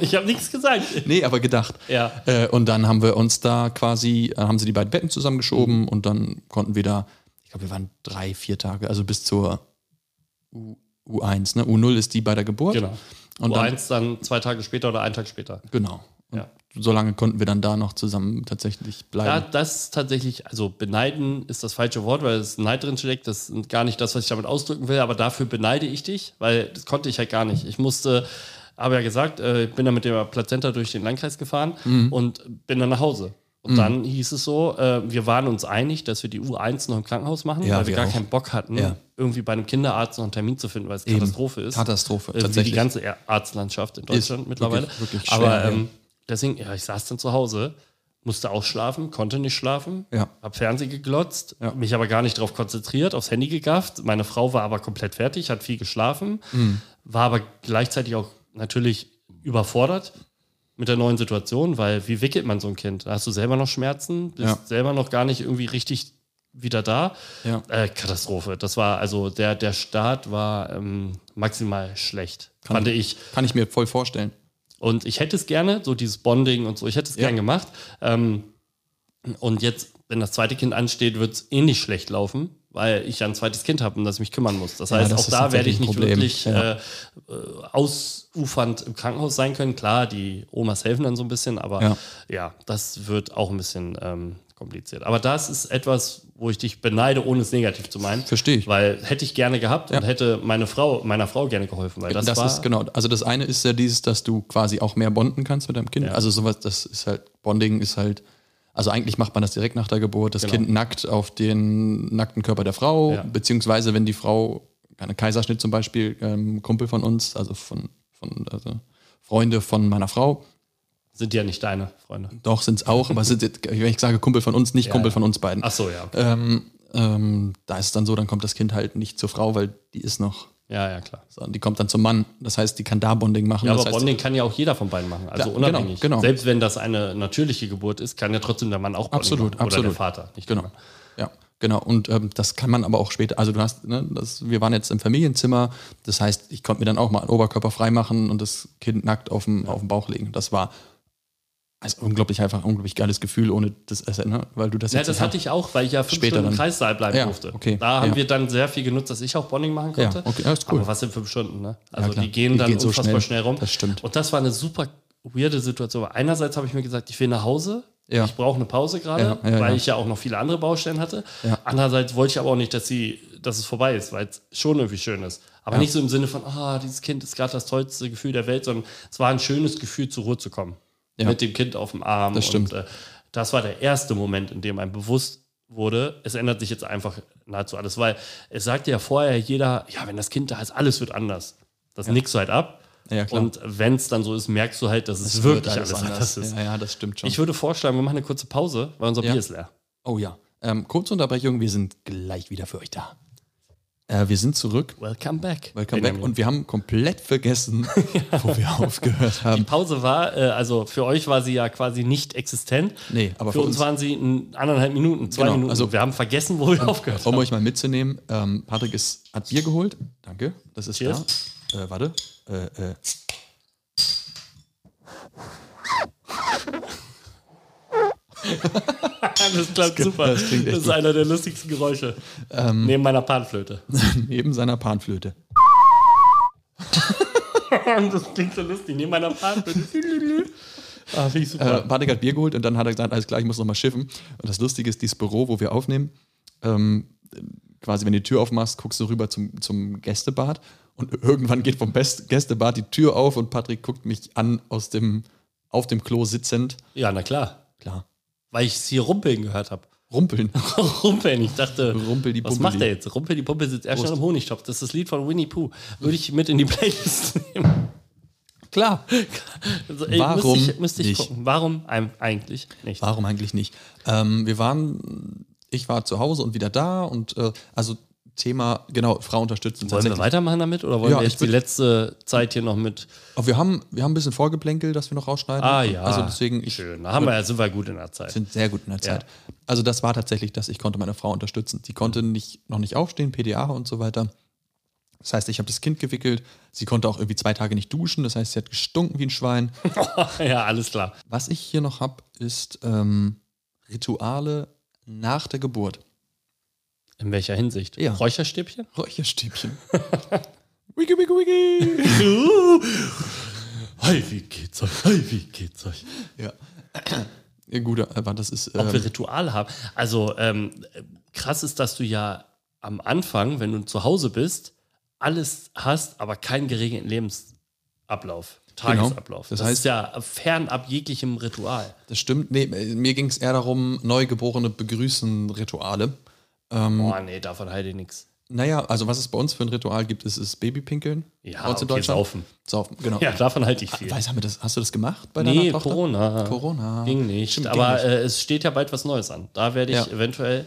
Speaker 2: ich habe nichts gesagt.
Speaker 1: Nee, aber gedacht.
Speaker 2: Ja.
Speaker 1: Äh, und dann haben wir uns da quasi, äh, haben sie die beiden Betten zusammengeschoben
Speaker 2: Mhm.
Speaker 1: und dann konnten wir da, ich glaube, wir waren drei, vier Tage, also bis zur U, U1, ne? U0 ist die bei der Geburt.
Speaker 2: Genau.
Speaker 1: Und
Speaker 2: Und
Speaker 1: dann-
Speaker 2: eins dann zwei Tage später oder einen Tag später.
Speaker 1: Genau. Und
Speaker 2: Ja.
Speaker 1: so lange konnten wir dann da noch zusammen tatsächlich
Speaker 2: Ja,
Speaker 1: bleiben.
Speaker 2: das ist tatsächlich, also beneiden ist das falsche Wort, weil es Neid drin steckt. Das ist gar nicht das, was ich damit ausdrücken will, aber dafür beneide ich dich, weil das konnte ich halt gar nicht. Ich musste,
Speaker 1: Mhm.
Speaker 2: habe ja gesagt, äh, ich bin dann mit der Plazenta durch den Landkreis gefahren und bin dann nach Hause. Und dann hieß es so, äh, wir waren uns einig, dass wir die U1 noch im Krankenhaus machen,
Speaker 1: Ja,
Speaker 2: weil wir
Speaker 1: wir
Speaker 2: gar
Speaker 1: auch.
Speaker 2: keinen Bock hatten,
Speaker 1: Ja.
Speaker 2: irgendwie bei einem Kinderarzt noch einen Termin zu finden, weil es
Speaker 1: Eben.
Speaker 2: Katastrophe ist.
Speaker 1: Katastrophe,
Speaker 2: äh, wie die
Speaker 1: tatsächlich.
Speaker 2: ganze Er- Arztlandschaft in Deutschland
Speaker 1: wirklich,
Speaker 2: mittlerweile.
Speaker 1: wirklich schwer,
Speaker 2: Aber
Speaker 1: ja.
Speaker 2: ähm, deswegen, ja, ich saß dann zu Hause, musste ausschlafen, konnte nicht schlafen,
Speaker 1: Ja.
Speaker 2: hab Fernsehen geglotzt,
Speaker 1: Ja.
Speaker 2: mich aber gar nicht drauf konzentriert, aufs Handy gegafft. Meine Frau war aber komplett fertig, hat viel geschlafen,
Speaker 1: Mhm.
Speaker 2: war aber gleichzeitig auch natürlich überfordert mit der neuen Situation, weil wie wickelt man so ein Kind? Da hast du selber noch Schmerzen, bist
Speaker 1: Ja.
Speaker 2: selber noch gar nicht irgendwie richtig wieder da.
Speaker 1: Ja.
Speaker 2: Äh, Katastrophe. Das war also der, der Start war ähm, maximal schlecht,
Speaker 1: Kann
Speaker 2: fand ich.
Speaker 1: Kann ich mir voll vorstellen.
Speaker 2: Und ich hätte es gerne, so dieses Bonding und so, ich hätte es
Speaker 1: Ja.
Speaker 2: gern gemacht. Ähm, und jetzt, wenn das zweite Kind ansteht, wird es eh nicht schlecht laufen, weil ich ja ein zweites Kind habe und das mich kümmern muss. Das
Speaker 1: Ja,
Speaker 2: heißt,
Speaker 1: das
Speaker 2: auch
Speaker 1: ist
Speaker 2: da werde ich
Speaker 1: tatsächlich ein
Speaker 2: nicht
Speaker 1: Problem.
Speaker 2: wirklich
Speaker 1: Ja.
Speaker 2: äh, äh, ausufernd im Krankenhaus sein können. Klar, die Omas helfen dann so ein bisschen, aber ja,
Speaker 1: Ja.
Speaker 2: das wird auch ein bisschen ähm, kompliziert. Aber das ist etwas, wo ich dich beneide, ohne es negativ zu meinen.
Speaker 1: Verstehe ich.
Speaker 2: Weil hätte ich gerne gehabt und
Speaker 1: Ja.
Speaker 2: hätte meine Frau, meiner Frau gerne geholfen, weil das,
Speaker 1: Das,
Speaker 2: war
Speaker 1: ist genau. Also das eine ist ja dieses, dass du quasi auch mehr bonden kannst mit deinem Kind.
Speaker 2: Ja.
Speaker 1: Also sowas, das ist halt Bonding ist halt. Also eigentlich macht man das direkt nach der Geburt. Das
Speaker 2: Genau.
Speaker 1: Kind nackt auf den nackten Körper der Frau,
Speaker 2: Ja.
Speaker 1: beziehungsweise wenn die Frau einen Kaiserschnitt zum Beispiel, ähm, Kumpel von uns, also von, von also Freunde von meiner Frau,
Speaker 2: sind ja nicht deine Freunde.
Speaker 1: doch sind es auch, aber sind, jetzt- wenn ich sage Kumpel von uns, nicht
Speaker 2: Ja,
Speaker 1: Kumpel
Speaker 2: ja.
Speaker 1: von uns beiden.
Speaker 2: Ach so, ja. Okay.
Speaker 1: Ähm, ähm, da ist es dann so, dann kommt das Kind halt nicht zur Frau, weil die ist noch,
Speaker 2: Ja, ja, klar.
Speaker 1: sondern die kommt dann zum Mann. Das heißt, die kann da Bonding machen.
Speaker 2: Ja,
Speaker 1: das
Speaker 2: aber
Speaker 1: heißt,
Speaker 2: Bonding kann ja auch jeder von beiden machen, also
Speaker 1: Ja, genau,
Speaker 2: unabhängig.
Speaker 1: genau.
Speaker 2: Selbst wenn das eine natürliche Geburt ist, kann ja trotzdem der Mann auch Bonding
Speaker 1: Absolut,
Speaker 2: machen. Oder
Speaker 1: absolut.
Speaker 2: der Vater, nicht
Speaker 1: Genau.
Speaker 2: der Mann.
Speaker 1: Ja, genau. Und ähm, das kann man aber auch später. Also du hast, ne, das, wir waren jetzt im Familienzimmer. Das heißt, ich konnte mir dann auch mal einen Oberkörper freimachen und das Kind nackt auf dem auf den Bauch legen. Das war also unglaublich einfach, unglaublich geiles Gefühl ohne das Essen, ne? weil du das
Speaker 2: Ja,
Speaker 1: jetzt
Speaker 2: das
Speaker 1: nicht
Speaker 2: hatte ich auch, weil ich ja fünf
Speaker 1: Später
Speaker 2: Stunden im
Speaker 1: dann.
Speaker 2: Kreissaal bleiben
Speaker 1: Ja,
Speaker 2: durfte.
Speaker 1: okay,
Speaker 2: Da haben
Speaker 1: ja.
Speaker 2: wir dann sehr viel genutzt, dass ich auch Bonding machen konnte.
Speaker 1: Ja, okay, ja, ist cool.
Speaker 2: Aber was sind fünf Stunden, ne? Also
Speaker 1: klar.
Speaker 2: die gehen
Speaker 1: Die
Speaker 2: dann
Speaker 1: gehen so
Speaker 2: unfassbar schnell.
Speaker 1: schnell.
Speaker 2: rum.
Speaker 1: Das stimmt.
Speaker 2: Und das war eine super weirde Situation. Weil Einerseits habe ich mir gesagt, ich will nach Hause.
Speaker 1: Ja.
Speaker 2: Ich brauche eine Pause gerade,
Speaker 1: Ja, ja,
Speaker 2: weil
Speaker 1: ja.
Speaker 2: ich ja auch noch viele andere Baustellen hatte.
Speaker 1: Ja.
Speaker 2: Andererseits wollte ich aber auch nicht, dass, sie, dass es vorbei ist, weil es schon irgendwie schön ist. Aber nicht so im Sinne von, ah, dieses Kind ist gerade das tollste Gefühl der Welt, sondern es war ein schönes Gefühl, zur Ruhe zu kommen.
Speaker 1: Ja.
Speaker 2: Mit dem Kind auf dem Arm.
Speaker 1: Das stimmt.
Speaker 2: Und, äh, das war der erste Moment, in dem einem bewusst wurde, es ändert sich jetzt einfach nahezu alles, weil es sagte ja vorher jeder, ja, wenn das Kind da ist, alles wird anders. Das nickst du halt ab.
Speaker 1: Ja, klar.
Speaker 2: Und wenn es dann so ist, merkst du halt, dass es,
Speaker 1: Es wird
Speaker 2: wirklich alles, anders ist.
Speaker 1: Ja, ja, das stimmt schon.
Speaker 2: Ich würde vorschlagen, wir machen eine kurze Pause, weil unser
Speaker 1: Ja.
Speaker 2: Bier ist leer.
Speaker 1: oh ja. Ähm, kurze Unterbrechung, wir sind gleich wieder für euch da. Äh, wir sind zurück.
Speaker 2: Welcome back.
Speaker 1: Welcome
Speaker 2: Benjamin.
Speaker 1: back. Und wir haben komplett vergessen, wo wir aufgehört
Speaker 2: die
Speaker 1: haben.
Speaker 2: Pause war, äh, also für euch war sie ja quasi nicht existent.
Speaker 1: Nee, aber
Speaker 2: für
Speaker 1: für
Speaker 2: uns,
Speaker 1: uns-
Speaker 2: waren sie in anderthalb Minuten, zwei
Speaker 1: Genau,
Speaker 2: Minuten.
Speaker 1: also-
Speaker 2: wir haben vergessen, wo wir aufgehört
Speaker 1: Um
Speaker 2: haben.
Speaker 1: euch mal mitzunehmen, ähm, Patrick ist, hat Bier geholt. Danke, das ist
Speaker 2: Cheers.
Speaker 1: da. Äh, warte. Äh, äh.
Speaker 2: Das klappt super. Das,
Speaker 1: das klingt echt
Speaker 2: ist
Speaker 1: gut. Ähm.
Speaker 2: einer der lustigsten Geräusche. Neben meiner Panflöte.
Speaker 1: Neben seiner Panflöte.
Speaker 2: das klingt so lustig. Neben meiner Panflöte. Ah, finde ich
Speaker 1: Äh,
Speaker 2: super.
Speaker 1: Patrick hat Bier geholt und dann hat er gesagt, alles klar, ich muss nochmal schiffen. Und das Lustige ist, dieses Büro, wo wir aufnehmen, ähm, quasi wenn du die Tür aufmachst, guckst du rüber zum, zum Gästebad und irgendwann geht vom Best Gästebad die Tür auf und Patrick guckt mich an aus dem, auf dem Klo sitzend.
Speaker 2: ja, na klar.
Speaker 1: Klar.
Speaker 2: Weil ich es hier rumpeln gehört habe.
Speaker 1: Rumpeln.
Speaker 2: rumpeln. Ich dachte,
Speaker 1: Rumpel die
Speaker 2: was
Speaker 1: Pumpel
Speaker 2: macht
Speaker 1: die.
Speaker 2: er jetzt? Rumpel die Pumpe sitzt erst schon im Honigtopf. Das ist das Lied von Winnie Pooh. Würde ich mit in die Playlist nehmen.
Speaker 1: Klar.
Speaker 2: Also, ey,
Speaker 1: Warum
Speaker 2: müsste ich, müsste ich
Speaker 1: nicht?
Speaker 2: gucken. Warum ein- eigentlich nicht?
Speaker 1: Warum eigentlich nicht? Ähm, wir waren, ich war zu Hause und wieder da und äh, also Thema, genau, Frau unterstützen
Speaker 2: Wollen wir weitermachen damit oder wollen
Speaker 1: Ja,
Speaker 2: wir
Speaker 1: ich
Speaker 2: jetzt die
Speaker 1: würd-
Speaker 2: letzte Zeit hier noch mit?
Speaker 1: Aber wir haben, wir haben ein bisschen Vorgeplänkel, das wir noch rausschneiden.
Speaker 2: Ah ja,
Speaker 1: Also deswegen, ich
Speaker 2: schön. Da haben wir, sind wir gut in der Zeit.
Speaker 1: sind sehr gut in der Zeit. Also das war tatsächlich das, ich konnte meine Frau unterstützen. Die konnte nicht, noch nicht aufstehen, PDA und so weiter. Das heißt, ich habe das Kind gewickelt. Sie konnte auch irgendwie zwei Tage nicht duschen. Das heißt, sie hat gestunken wie ein Schwein.
Speaker 2: ja, alles klar.
Speaker 1: Was ich hier noch habe, ist ähm, Rituale nach der Geburt.
Speaker 2: In welcher Hinsicht?
Speaker 1: Ja.
Speaker 2: Räucherstäbchen?
Speaker 1: Räucherstäbchen. wiki, wiki, wiki.
Speaker 2: Hi, wie geht's euch? Hi, wie geht's euch?
Speaker 1: Ja. ja. Gut, aber das ist.
Speaker 2: Ob wir
Speaker 1: Ähm,
Speaker 2: Rituale haben. Also ähm, krass ist, dass du ja am Anfang, wenn du zu Hause bist, alles hast, aber keinen geregelten Lebensablauf. Tagesablauf.
Speaker 1: Genau. Das
Speaker 2: das
Speaker 1: heißt-
Speaker 2: ist ja fernab jeglichem Ritual.
Speaker 1: Das stimmt. Nee, mir ging es eher darum, Neugeborene begrüßen Rituale. Ähm,
Speaker 2: Boah, Ah, nee, davon halte ich nichts.
Speaker 1: naja, also was es bei uns für ein Ritual gibt, ist, ist Babypinkeln.
Speaker 2: Ja,
Speaker 1: Bei uns in
Speaker 2: okay,
Speaker 1: Deutschland.
Speaker 2: saufen.
Speaker 1: Saufen, genau.
Speaker 2: Ja, davon halte ich viel.
Speaker 1: Weiß, haben wir das, hast du das gemacht bei deiner
Speaker 2: Nee,
Speaker 1: Tochter?
Speaker 2: Corona.
Speaker 1: Corona.
Speaker 2: Ging nicht.
Speaker 1: Stimmt, ging
Speaker 2: aber
Speaker 1: nicht.
Speaker 2: Äh, es steht ja bald was Neues an. Da werde ich
Speaker 1: Ja.
Speaker 2: eventuell,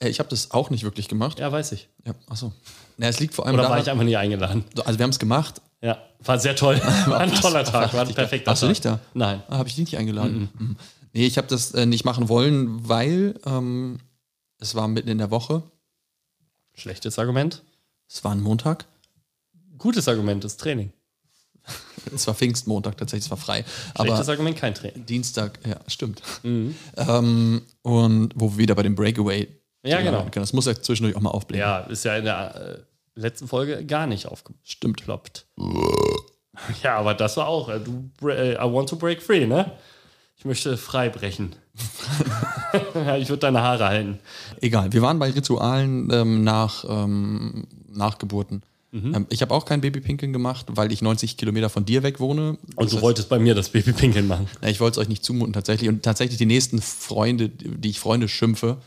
Speaker 1: Äh, Ich habe das auch nicht wirklich gemacht.
Speaker 2: ja, weiß ich.
Speaker 1: Ja, achso. Na, es liegt vor allem
Speaker 2: Oder war
Speaker 1: daran,
Speaker 2: ich einfach nie eingeladen?
Speaker 1: so, also wir haben es gemacht.
Speaker 2: Ja, war sehr toll. War ein toller Tag, war ein
Speaker 1: richtig geil.
Speaker 2: perfekter
Speaker 1: Warst du
Speaker 2: Tag.
Speaker 1: nicht da?
Speaker 2: Nein.
Speaker 1: Ah, habe ich dich nicht eingeladen. Mhm. Nee, ich habe das äh, nicht machen wollen, weil ähm, es war mitten in der Woche.
Speaker 2: Schlechtes Argument.
Speaker 1: Es war ein Montag.
Speaker 2: Gutes Argument ist Training.
Speaker 1: Es war Pfingstmontag tatsächlich, es war frei.
Speaker 2: Schlechtes Mhm.
Speaker 1: Aber
Speaker 2: Argument kein Training.
Speaker 1: Dienstag, ja, stimmt. Ähm, und wo wir wieder bei dem Breakaway.
Speaker 2: Ja, genau.
Speaker 1: Das muss ja zwischendurch auch mal aufblicken.
Speaker 2: Ja, ist ja in der äh, letzten Folge gar nicht
Speaker 1: Stimmt.
Speaker 2: aufgeploppt. ja, aber das war auch. äh, Du, bre- äh, I want to break free, ne? Ich möchte frei brechen. ich würde deine Haare halten.
Speaker 1: Egal, wir waren bei Ritualen ähm, nach, ähm, nach Geburten.
Speaker 2: Mhm.
Speaker 1: Ähm, ich habe auch kein Babypinkeln gemacht, weil ich 90 Kilometer von dir weg wohne.
Speaker 2: Und du Also wolltest bei mir das Baby pinkeln machen.
Speaker 1: Na, ich wollte es euch nicht zumuten tatsächlich. Und tatsächlich die nächsten Freunde, die ich Freunde schimpfe,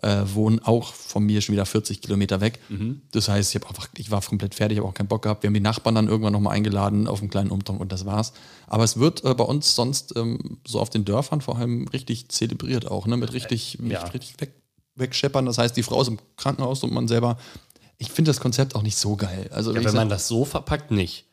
Speaker 1: äh, wohnen auch von mir schon wieder 40 Kilometer weg.
Speaker 2: Mhm.
Speaker 1: Das heißt, ich, hab einfach, ich war komplett fertig, ich habe auch keinen Bock gehabt. Wir haben die Nachbarn dann irgendwann nochmal eingeladen auf einen kleinen Umtrunk und das war's. Aber es wird äh, bei uns sonst ähm, so auf den Dörfern vor allem richtig zelebriert auch, ne? mit richtig, mit
Speaker 2: ja.
Speaker 1: richtig weg, wegscheppern. Das heißt, die Frau ist im Krankenhaus und man selber. Ich finde das Konzept auch nicht so geil. Also,
Speaker 2: Ja,
Speaker 1: ich
Speaker 2: wenn
Speaker 1: sag-
Speaker 2: man das so verpackt, nicht.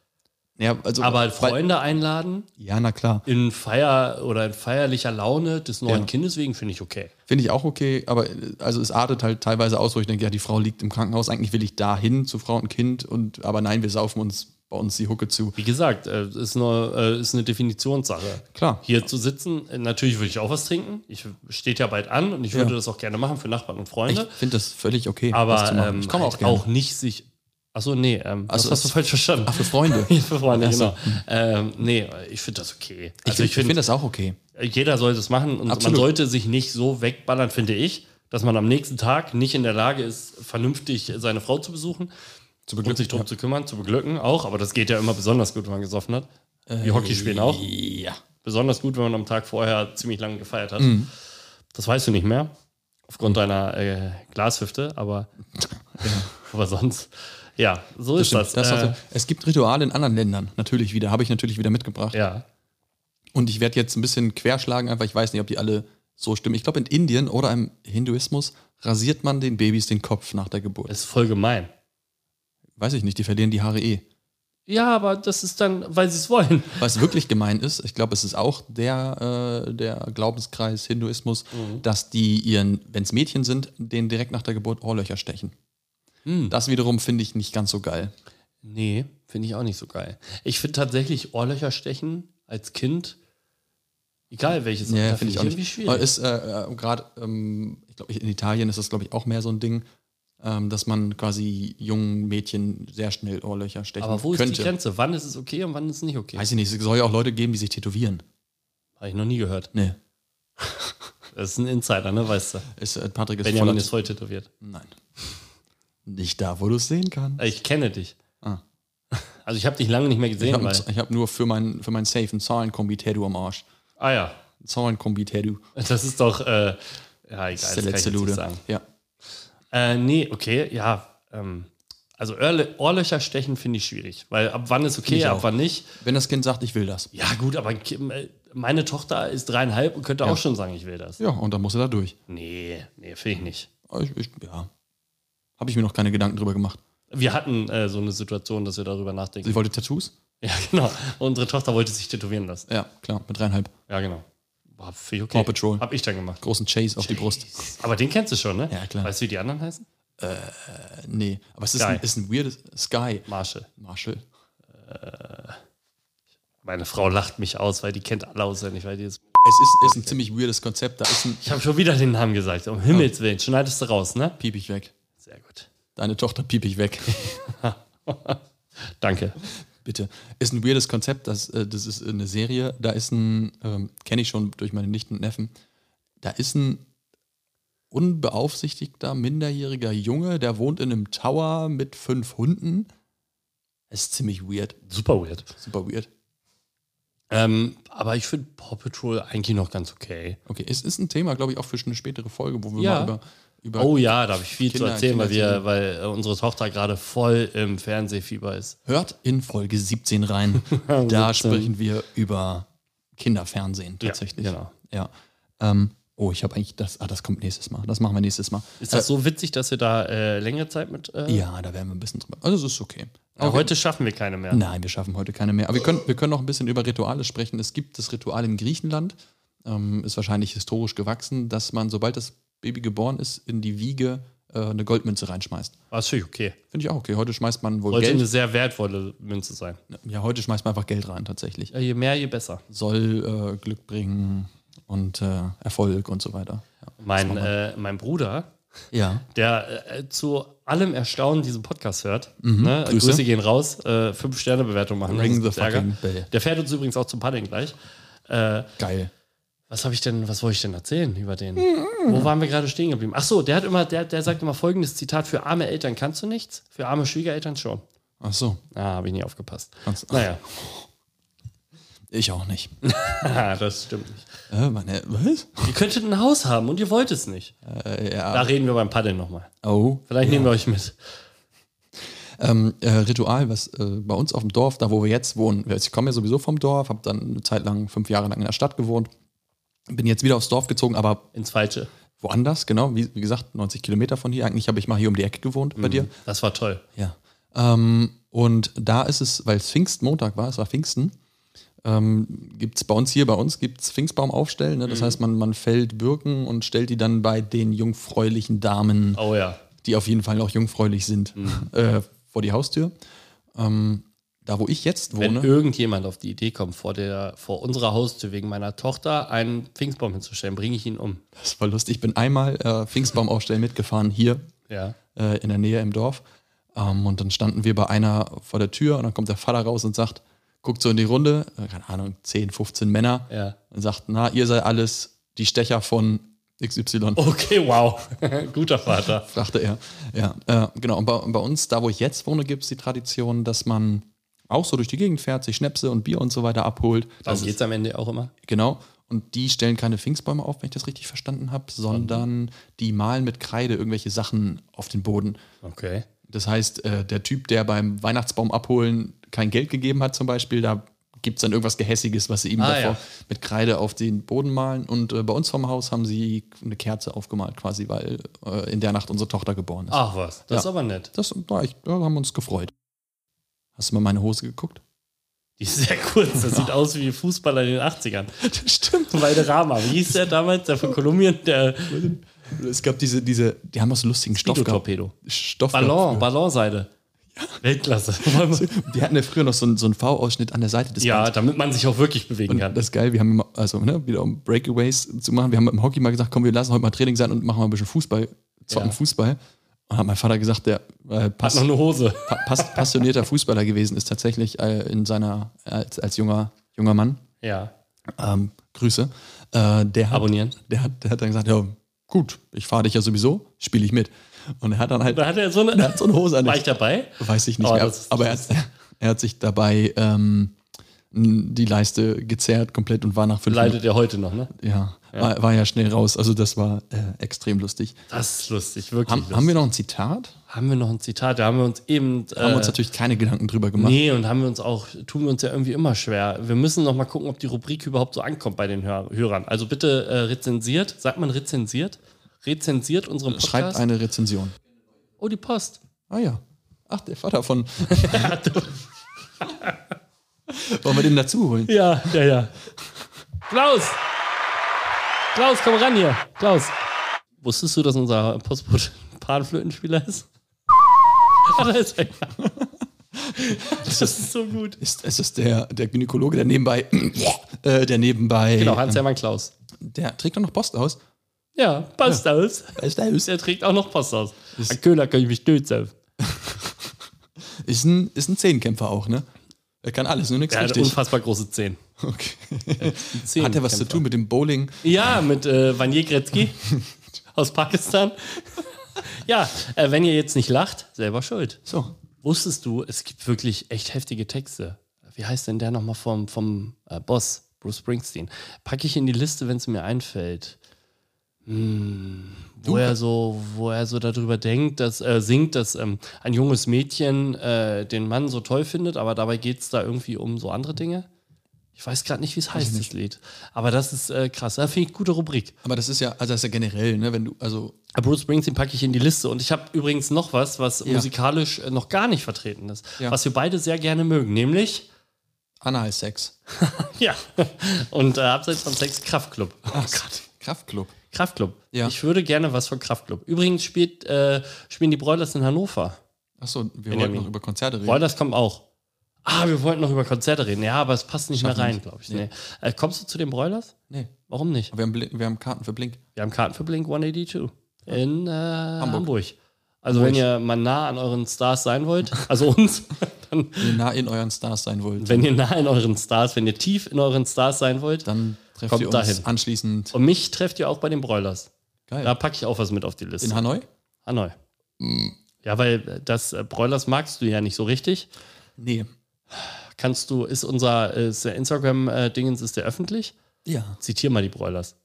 Speaker 1: ja, also,
Speaker 2: Aber
Speaker 1: weil,
Speaker 2: Freunde einladen,
Speaker 1: Ja, na klar.
Speaker 2: in Feier oder in feierlicher Laune des neuen
Speaker 1: Ja.
Speaker 2: Kindes wegen finde ich okay.
Speaker 1: Finde ich auch okay, aber äh, also es artet halt teilweise aus, wo ich denke, ja, die Frau liegt im Krankenhaus, eigentlich will ich da hin zu Frau und Kind und aber nein, wir saufen uns bei uns die Hucke zu.
Speaker 2: Wie gesagt, äh, ist eine, äh, ist eine Definitionssache.
Speaker 1: Klar.
Speaker 2: Hier zu sitzen, äh, natürlich würde ich auch was trinken. Ich steht ja bald an und ich würde das auch gerne machen für Nachbarn und
Speaker 1: Ich
Speaker 2: Freunde.
Speaker 1: finde das völlig okay, das
Speaker 2: Ne? aber
Speaker 1: zu machen.
Speaker 2: ähm,
Speaker 1: ich komme auch
Speaker 2: halt
Speaker 1: gerne.
Speaker 2: auch nicht sich. Achso, nee,
Speaker 1: so,
Speaker 2: ähm, das hast du
Speaker 1: das-
Speaker 2: falsch verstanden.
Speaker 1: Ach, für Freunde. ich
Speaker 2: Für Freunde,
Speaker 1: Ach so.
Speaker 2: genau. Ähm, nee, ich finde das okay. Also
Speaker 1: finde
Speaker 2: ich
Speaker 1: find
Speaker 2: finde,
Speaker 1: das auch okay.
Speaker 2: jeder sollte es machen und
Speaker 1: Absolut.
Speaker 2: man sollte sich nicht so wegballern, finde ich, dass man am nächsten Tag nicht in der Lage ist, vernünftig seine Frau zu besuchen
Speaker 1: Zu
Speaker 2: und sich drum zu kümmern, zu beglücken auch. Aber das geht ja immer besonders gut, wenn man gesoffen hat. Wie Hockey spielen auch.
Speaker 1: Ja.
Speaker 2: Besonders gut, wenn man am Tag vorher ziemlich lange gefeiert hat. Das weißt du nicht mehr, aufgrund deiner äh, Glashüfte, aber, aber sonst. Ja, so
Speaker 1: Das
Speaker 2: ist
Speaker 1: stimmt.
Speaker 2: das.
Speaker 1: Das
Speaker 2: äh,
Speaker 1: hatte, es gibt Rituale in anderen Ländern, natürlich wieder, habe ich natürlich wieder mitgebracht.
Speaker 2: ja.
Speaker 1: Und ich werde jetzt ein bisschen querschlagen, einfach, ich weiß nicht, ob die alle so stimmen. Ich glaube, in Indien oder im Hinduismus rasiert man den Babys den Kopf nach der Geburt.
Speaker 2: Ist voll gemein.
Speaker 1: weiß ich nicht, die verlieren die Haare eh.
Speaker 2: Ja, aber das ist dann, weil sie es wollen.
Speaker 1: Was wirklich gemein ist, ich glaube, es ist auch der, äh, der Glaubenskreis Hinduismus,
Speaker 2: Mhm.
Speaker 1: dass die ihren, wenn es Mädchen sind, denen direkt nach der Geburt Ohrlöcher stechen.
Speaker 2: Mhm.
Speaker 1: Das wiederum finde ich nicht ganz so geil.
Speaker 2: Nee, finde ich auch nicht so geil. Ich finde tatsächlich Ohrlöcher stechen als Kind, egal welches,
Speaker 1: Ja,
Speaker 2: Alter,
Speaker 1: finde ich auch
Speaker 2: irgendwie
Speaker 1: nicht.
Speaker 2: schwierig.
Speaker 1: Weil Ist äh, äh, gerade, ähm, ich glaube, in Italien ist das, glaube ich, auch mehr so ein Ding, ähm, dass man quasi jungen Mädchen sehr schnell Ohrlöcher stechen
Speaker 2: aber wo ist
Speaker 1: könnte.
Speaker 2: die Grenze? Wann ist es okay und wann ist es nicht okay?
Speaker 1: Weiß ich nicht, es soll ja auch Leute geben, die sich tätowieren.
Speaker 2: Habe ich noch nie gehört.
Speaker 1: Nee.
Speaker 2: Das ist ein Insider, ne? Weißt du.
Speaker 1: Ist, äh, Patrick ist
Speaker 2: Benjamin
Speaker 1: voller,
Speaker 2: ist voll tätowiert. Äh,
Speaker 1: Nein. Nicht da, wo du es sehen kannst.
Speaker 2: Ich kenne dich.
Speaker 1: Ah.
Speaker 2: Also ich habe dich lange nicht mehr gesehen, weil.
Speaker 1: Ich habe hab nur für mein, für mein Safe ein Zahlenkombi-Tattoo am Arsch.
Speaker 2: Ah ja,
Speaker 1: Ein Zahlenkombi-Tattoo.
Speaker 2: das ist doch. Äh, ja, egal. Das
Speaker 1: Das ist der letzte Lude. Ja.
Speaker 2: Äh, nee, okay, ja. Ähm, also Ohrlö Ohrlöcher stechen finde ich schwierig, weil ab wann ist okay,
Speaker 1: ich
Speaker 2: ab
Speaker 1: auch.
Speaker 2: wann nicht.
Speaker 1: Wenn das Kind sagt, ich will das.
Speaker 2: Ja, gut, aber Kim, äh, meine Tochter ist dreieinhalb und könnte auch schon sagen, ich will das.
Speaker 1: Ja, und dann muss er da durch.
Speaker 2: Nee, nee, finde ich nicht.
Speaker 1: Aber Ich, ich, ja. Habe ich mir noch keine Gedanken drüber gemacht.
Speaker 2: Wir hatten äh, so eine Situation, dass wir darüber nachdenken.
Speaker 1: Sie wollte Tattoos?
Speaker 2: Ja, genau. Unsere Tochter wollte sich tätowieren lassen.
Speaker 1: Ja, klar, mit dreieinhalb.
Speaker 2: Ja, genau. Boah, finde ich okay.
Speaker 1: Paw Patrol.
Speaker 2: Hab ich dann gemacht.
Speaker 1: Großen Chase auf die Brust.
Speaker 2: Aber den kennst du schon, ne?
Speaker 1: Ja, klar.
Speaker 2: Weißt du, wie die anderen heißen?
Speaker 1: Äh, nee, aber es ist ein,
Speaker 2: Sky.
Speaker 1: ist ein weirdes Sky.
Speaker 2: Marshall.
Speaker 1: Marshall.
Speaker 2: Meine Frau lacht mich aus, weil die kennt alle auswendig, weil die ist.
Speaker 1: Es ist, ist ein ziemlich weirdes Konzept. Da ist ein
Speaker 2: Ich habe schon wieder den Namen gesagt. Um Himmels Willen. Schneidest du raus, ne?
Speaker 1: piep ich weg.
Speaker 2: Sehr gut.
Speaker 1: Deine Tochter piep ich weg.
Speaker 2: Danke.
Speaker 1: Bitte. Ist ein weirdes Konzept, das, äh, das ist eine Serie, da ist ein, ähm, kenne ich schon durch meine Nichten und Neffen, da ist ein unbeaufsichtigter, minderjähriger Junge, der wohnt in einem Tower mit fünf Hunden. Das ist ziemlich weird.
Speaker 2: Super weird.
Speaker 1: Super weird.
Speaker 2: Ähm, aber ich finde Paw Patrol eigentlich noch ganz okay.
Speaker 1: Okay, es ist ein Thema, glaube ich, auch für eine spätere Folge, wo wir
Speaker 2: Ja.
Speaker 1: mal über, über
Speaker 2: Oh ja, da habe ich viel
Speaker 1: Kinder-
Speaker 2: zu erzählen, weil, wir,
Speaker 1: Kinderserien.
Speaker 2: weil äh, unsere Tochter gerade voll im Fernsehfieber ist.
Speaker 1: Hört in Folge 17 rein. da
Speaker 2: 17.
Speaker 1: sprechen wir über Kinderfernsehen tatsächlich.
Speaker 2: Ja, genau.
Speaker 1: Ja. Ähm, oh, ich habe eigentlich das. Ah, das kommt nächstes Mal. Das machen wir nächstes Mal.
Speaker 2: Ist das so witzig, dass wir da äh, längere Zeit mit. Äh,
Speaker 1: Äh, ja, da werden wir ein bisschen drüber. Also, es ist okay.
Speaker 2: aber
Speaker 1: Okay.
Speaker 2: heute schaffen wir keine mehr.
Speaker 1: Nein, wir schaffen heute keine mehr. Aber wir können, wir können noch ein bisschen über Rituale sprechen. Es gibt das Ritual in Griechenland, ähm, ist wahrscheinlich historisch gewachsen, dass man, sobald das Baby geboren ist, in die Wiege äh, eine Goldmünze reinschmeißt.
Speaker 2: Aber ist völlig okay.
Speaker 1: Finde ich auch okay. Heute schmeißt man wohl
Speaker 2: Sollte eine
Speaker 1: Geld.
Speaker 2: sehr wertvolle Münze sein.
Speaker 1: Ja, heute schmeißt man einfach Geld rein, tatsächlich.
Speaker 2: Ja, je mehr, je besser.
Speaker 1: Soll äh, Glück bringen und äh, Erfolg und so weiter.
Speaker 2: Mein, äh, mein Bruder,
Speaker 1: Ja.
Speaker 2: der äh, zu allem Erstaunen diesen Podcast hört. Ne?
Speaker 1: Mhm. Grüße.
Speaker 2: Grüße. gehen raus. Äh, Fünf-Sterne-Bewertung machen.
Speaker 1: Ring the
Speaker 2: sonst gibt's
Speaker 1: fucking bell.
Speaker 2: Der fährt uns übrigens auch zum Paddeln gleich.
Speaker 1: Geil.
Speaker 2: Was habe ich denn, was wollte ich denn erzählen über den? Wo waren wir gerade stehen geblieben? Ach so, der hat immer, der, der sagt immer folgendes Zitat: Für arme Eltern kannst du nichts, für arme Schwiegereltern schon.
Speaker 1: Ach so.
Speaker 2: Ah, habe ich nie aufgepasst.
Speaker 1: Ganz-
Speaker 2: Naja,
Speaker 1: Ich auch nicht.
Speaker 2: Ah, das stimmt nicht.
Speaker 1: Äh, meine, was?
Speaker 2: Ihr könntet ein Haus haben und ihr wollt es nicht.
Speaker 1: Äh, ja.
Speaker 2: Da reden wir beim Paddeln nochmal.
Speaker 1: Oh.
Speaker 2: Vielleicht nehmen wir euch mit.
Speaker 1: Ähm, äh, Ritual, was äh, bei uns auf dem Dorf, da wo wir jetzt wohnen, Also ich komme ja sowieso vom Dorf, habe dann eine Zeit lang, fünf Jahre lang in der Stadt gewohnt, bin jetzt wieder aufs Dorf gezogen, aber
Speaker 2: Ins Falsche.
Speaker 1: woanders, genau, wie, wie gesagt, 90 Kilometer von hier. Eigentlich habe ich mal hier um die Ecke gewohnt bei dir.
Speaker 2: Das war toll.
Speaker 1: Ja. Ähm, und da ist es, weil es Pfingstmontag war, es war Pfingsten, ähm, gibt es bei uns hier, bei uns gibt es Pfingstbaum aufstellen. Ne? Das heißt, man, man fällt Birken und stellt die dann bei den jungfräulichen Damen
Speaker 2: Oh ja.
Speaker 1: die auf jeden Fall noch jungfräulich sind,
Speaker 2: Mhm.
Speaker 1: äh, vor die Haustür. Ähm, da, wo ich jetzt
Speaker 2: Wenn
Speaker 1: wohne,
Speaker 2: irgendjemand auf die Idee kommt, vor, der, vor unserer Haustür wegen meiner Tochter einen Pfingstbaum hinzustellen, bringe ich ihn um.
Speaker 1: das war lustig, ich bin einmal äh, Pfingstbaum aufstellen mitgefahren, hier
Speaker 2: Ja.
Speaker 1: äh, in der Nähe im Dorf. Ähm, und dann standen wir bei einer vor der Tür und dann kommt der Vater raus und sagt, guckt so in die Runde, äh, keine Ahnung, 10, 15 Männer
Speaker 2: Ja.
Speaker 1: und sagt, na, ihr seid alles die Stecher von XY.
Speaker 2: Oh. Okay, wow. Guter Vater.
Speaker 1: dachte er. Ja, äh, genau. Und bei, bei uns, da wo ich jetzt wohne, gibt es die Tradition, dass man auch so durch die Gegend fährt, sich Schnäpse und Bier und so weiter abholt.
Speaker 2: Darum
Speaker 1: Das
Speaker 2: geht es am Ende auch immer.
Speaker 1: ist, genau. Und die stellen keine Pfingstbäume auf, wenn ich das richtig verstanden habe,
Speaker 2: Mhm.
Speaker 1: sondern die malen mit Kreide irgendwelche Sachen auf den Boden.
Speaker 2: Okay.
Speaker 1: Das heißt, äh, der Typ, der beim Weihnachtsbaum abholen kein Geld gegeben hat, zum Beispiel, da gibt es dann irgendwas Gehässiges, was sie ihm
Speaker 2: Ah,
Speaker 1: davor
Speaker 2: ja.
Speaker 1: mit Kreide auf den Boden malen. Und äh, bei uns vom Haus haben sie eine Kerze aufgemalt, quasi, weil äh, in der Nacht unsere Tochter geboren ist.
Speaker 2: Ach was, das
Speaker 1: Ja.
Speaker 2: ist aber nett.
Speaker 1: Das war echt, da haben wir uns gefreut. Hast du mal meine Hose geguckt?
Speaker 2: Die ist sehr kurz. Das sieht aus wie Fußballer in den 80ern.
Speaker 1: Stimmt.
Speaker 2: Valderrama, wie hieß der damals? Der von Kolumbien, der
Speaker 1: Es gab diese, diese, die haben auch so lustigen Stoff gehabt.
Speaker 2: Torpedo.
Speaker 1: Stoff
Speaker 2: Ballon,
Speaker 1: gehabt
Speaker 2: Ballonseide. Weltklasse.
Speaker 1: früher. Die hatten ja früher noch so einen, so einen V-Ausschnitt an der Seite des
Speaker 2: ja,
Speaker 1: Beins.
Speaker 2: damit man sich auch wirklich bewegen kann.
Speaker 1: Das ist geil, wir haben immer, also ne, wieder um Breakaways zu machen, wir haben im Hockey mal gesagt, komm, wir lassen heute mal Training sein und machen mal ein bisschen Fußball, zocken
Speaker 2: Ja.
Speaker 1: Fußball. Und hat mein Vater gesagt, der äh,
Speaker 2: Hat noch
Speaker 1: pass,
Speaker 2: eine Hose.
Speaker 1: pa pass, passionierter Fußballer gewesen ist tatsächlich äh, in seiner, als, als junger, junger Mann.
Speaker 2: Ja.
Speaker 1: ähm, Grüße, äh, der, hat,
Speaker 2: Abonnieren.
Speaker 1: der, hat, der hat dann gesagt, ja gut, ich fahre dich ja sowieso, spiele ich mit. Und er hat dann halt
Speaker 2: Da hat er so
Speaker 1: er
Speaker 2: eine.
Speaker 1: hat so eine Hose an.
Speaker 2: War ich dabei?
Speaker 1: Weiß ich nicht
Speaker 2: Oh,
Speaker 1: mehr.
Speaker 2: das ist-
Speaker 1: Aber er hat, er hat sich dabei ähm, n- die Leiste gezerrt komplett und war nach fünf
Speaker 2: Leidet er heute noch, ne?
Speaker 1: Ja, War, war ja schnell raus. Also das war äh, extrem lustig.
Speaker 2: Das ist lustig, wirklich.
Speaker 1: Haben,
Speaker 2: lustig.
Speaker 1: haben wir noch ein Zitat?
Speaker 2: haben wir noch ein Zitat? Da haben wir uns eben.
Speaker 1: Haben
Speaker 2: äh,
Speaker 1: wir uns natürlich keine Gedanken drüber gemacht.
Speaker 2: Nee, und haben wir uns auch, tun wir uns ja irgendwie immer schwer. Wir müssen noch mal gucken, ob die Rubrik überhaupt so ankommt bei den Hör Hörern. Also bitte äh, rezensiert, sagt man rezensiert? Rezensiert unseren Podcast.
Speaker 1: Schreibt eine Rezension.
Speaker 2: oh, die Post.
Speaker 1: Ah ja. Ach, der Vater von. Wollen wir den dazu holen?
Speaker 2: Ja, ja, ja. Klaus! Klaus, komm ran hier. Klaus. Wusstest du, dass unser Postbote ein Panflötenspieler ist? Ah, da ist er. Das ist so gut.
Speaker 1: ist, es ist der, der Gynäkologe, der nebenbei, äh, der nebenbei,
Speaker 2: Genau, Hans-Hermann Klaus.
Speaker 1: der trägt doch noch Post aus.
Speaker 2: Ja, passt aus.
Speaker 1: Ist, der ist,
Speaker 2: Der trägt auch noch Post aus. Herr Köhler, kann ich mich töten.
Speaker 1: ist, ein, ist ein Zehnkämpfer auch, ne? Er kann alles, nur nichts
Speaker 2: Er hat
Speaker 1: richtig.
Speaker 2: unfassbar große Zehen.
Speaker 1: Okay. Hat er was zu tun mit dem Bowling?
Speaker 2: Ja, mit äh, Vanier Gretzky aus Pakistan. ja, äh, wenn ihr jetzt nicht lacht, selber schuld.
Speaker 1: So.
Speaker 2: Wusstest du, es gibt wirklich echt heftige Texte wie heißt denn der nochmal vom, vom äh, Boss, Bruce Springsteen? Packe ich in die Liste, wenn es mir einfällt. Hm, wo,
Speaker 1: Du-
Speaker 2: er so, wo er so darüber denkt, dass äh, singt, dass ähm, ein junges Mädchen äh, den Mann so toll findet, aber dabei geht es da irgendwie um so andere Dinge. Ich weiß gerade nicht, wie es heißt, das Lied. Aber das ist äh, krass. Da finde ich gute Rubrik.
Speaker 1: Aber das ist ja, also das ist ja generell, ne, wenn du, also
Speaker 2: Bruce Springsteen packe ich in die Liste. Und ich habe übrigens noch was, was
Speaker 1: Ja.
Speaker 2: musikalisch äh, noch gar nicht vertreten ist,
Speaker 1: Ja.
Speaker 2: was wir beide sehr gerne mögen, nämlich,
Speaker 1: Anal-Sex.
Speaker 2: Oh ja, und äh, abseits von Sex, Kraftclub.
Speaker 1: Oh Gott. Kraftclub.
Speaker 2: Kraftclub.
Speaker 1: Ja.
Speaker 2: Ich würde gerne was von Kraftclub. Übrigens spielt, äh, spielen die Broilers in Hannover.
Speaker 1: Achso, wir
Speaker 2: Benjamin.
Speaker 1: wollten noch über Konzerte reden.
Speaker 2: Broilers kommen auch. Ah, wir wollten noch über Konzerte reden. Ja, aber es passt nicht mehr
Speaker 1: Schaffen
Speaker 2: rein,
Speaker 1: nicht.
Speaker 2: glaube ich.
Speaker 1: Nee.
Speaker 2: Nee. Äh, kommst du zu den Broilers?
Speaker 1: Nee,
Speaker 2: Warum nicht?
Speaker 1: wir haben, Blink, wir haben Karten für Blink.
Speaker 2: Wir haben Karten für Blink 182 in äh, Hamburg. Also,
Speaker 1: Hamburg.
Speaker 2: wenn ihr mal nah an euren Stars sein wollt, also uns, dann
Speaker 1: Wenn ihr nah in euren Stars sein wollt,
Speaker 2: wenn ihr nah an euren Stars, wenn ihr tief in euren Stars sein wollt.
Speaker 1: dann trefft
Speaker 2: Kommt
Speaker 1: ihr uns
Speaker 2: dahin.
Speaker 1: anschließend.
Speaker 2: Und mich trefft ihr auch bei den Broilers.
Speaker 1: Geil.
Speaker 2: Da packe ich auch was mit auf die Liste.
Speaker 1: in Hanoi?
Speaker 2: Hanoi. Ja, weil äh, das äh, Broilers magst du ja nicht so richtig.
Speaker 1: Nee.
Speaker 2: Kannst du, ist unser äh, ist der Instagram-Dingens, ist der öffentlich?
Speaker 1: Ja.
Speaker 2: Zitier mal die Broilers.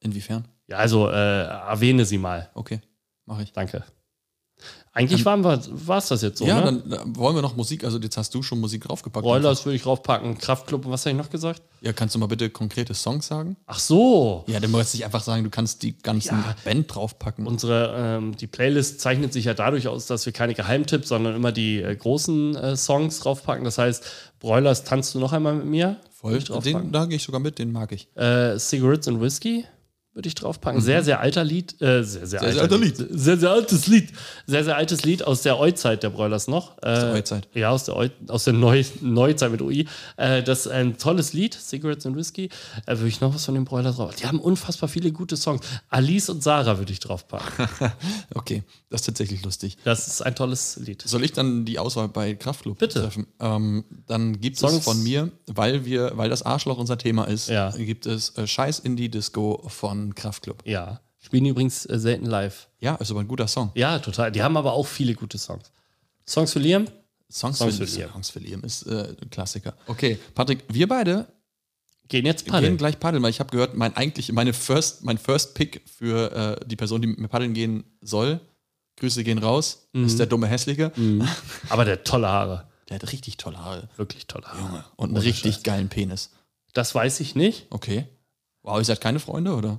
Speaker 1: Inwiefern?
Speaker 2: Ja, also äh, erwähne sie mal.
Speaker 1: Okay, mache ich.
Speaker 2: Danke. Eigentlich waren wir, war es das jetzt so,
Speaker 1: Ähm, ja,
Speaker 2: ne?
Speaker 1: dann äh, wollen wir noch Musik. Also jetzt hast du schon Musik draufgepackt.
Speaker 2: Broilers würde ich raufpacken, Kraftclub und was habe ich noch gesagt?
Speaker 1: Ja, kannst du mal bitte konkrete Songs sagen?
Speaker 2: Ach so,
Speaker 1: Ja, dann wolltest du nicht einfach sagen, du kannst die ganzen
Speaker 2: Ja.
Speaker 1: Band draufpacken.
Speaker 2: unsere ähm, die Playlist zeichnet sich ja dadurch aus, dass wir keine Geheimtipps, sondern immer die äh, großen äh, Songs draufpacken. Das heißt, Broilers tanzt du noch einmal mit mir?
Speaker 1: Voll.
Speaker 2: Würde ich
Speaker 1: Den,
Speaker 2: draufpacken.
Speaker 1: da gehe ich sogar mit, den mag ich.
Speaker 2: Äh, Cigarettes and Whiskey würde ich draufpacken. Sehr, sehr alter Lied. Äh, Mhm. sehr, sehr,
Speaker 1: sehr
Speaker 2: alter
Speaker 1: alter
Speaker 2: Lied. Sehr, sehr altes Lied. Sehr, sehr altes Lied aus der Euzeit der Broilers noch. Äh, aus
Speaker 1: der Euzeit.
Speaker 2: Ja, aus der, Eu aus der Neu Neuzeit mit UI. Äh, das ist ein tolles Lied, Cigarettes and Whiskey. Äh, würde ich noch was von den Broilers drauf. Die haben unfassbar viele gute Songs. Alice und Sarah würde ich draufpacken.
Speaker 1: Okay, das ist tatsächlich lustig.
Speaker 2: Das ist ein tolles Lied.
Speaker 1: Soll ich dann die Auswahl bei Kraftclub
Speaker 2: Bitte.
Speaker 1: treffen? Ähm, dann gibt
Speaker 2: Songs-
Speaker 1: es von mir, weil wir, weil das Arschloch unser Thema ist,
Speaker 2: Ja.
Speaker 1: gibt es äh, Scheiß Indie Disco von Kraftclub.
Speaker 2: Ja. Spielen übrigens äh, selten live.
Speaker 1: Ja, ist aber ein guter Song.
Speaker 2: Ja, total. Die haben aber auch viele gute Songs. Songs für Liam?
Speaker 1: Songs,
Speaker 2: Songs
Speaker 1: für
Speaker 2: für Liam.
Speaker 1: Songs für Liam ist äh, ein Klassiker. Okay, Patrick, wir beide
Speaker 2: Gehen jetzt
Speaker 1: gehen
Speaker 2: paddeln.
Speaker 1: gleich paddeln, weil ich habe gehört, mein eigentlich meine First, mein First Pick für äh, die Person, die mit mir paddeln gehen soll, Grüße gehen raus,
Speaker 2: Mhm.
Speaker 1: ist der dumme Hässliche.
Speaker 2: Aber der hat tolle Haare.
Speaker 1: Der hat richtig tolle Haare.
Speaker 2: Wirklich tolle Haare.
Speaker 1: Und einen
Speaker 2: Ohne
Speaker 1: richtig
Speaker 2: Scheiß.
Speaker 1: geilen Penis.
Speaker 2: Das weiß ich nicht.
Speaker 1: Okay. Wow, ihr seid keine Freunde, oder?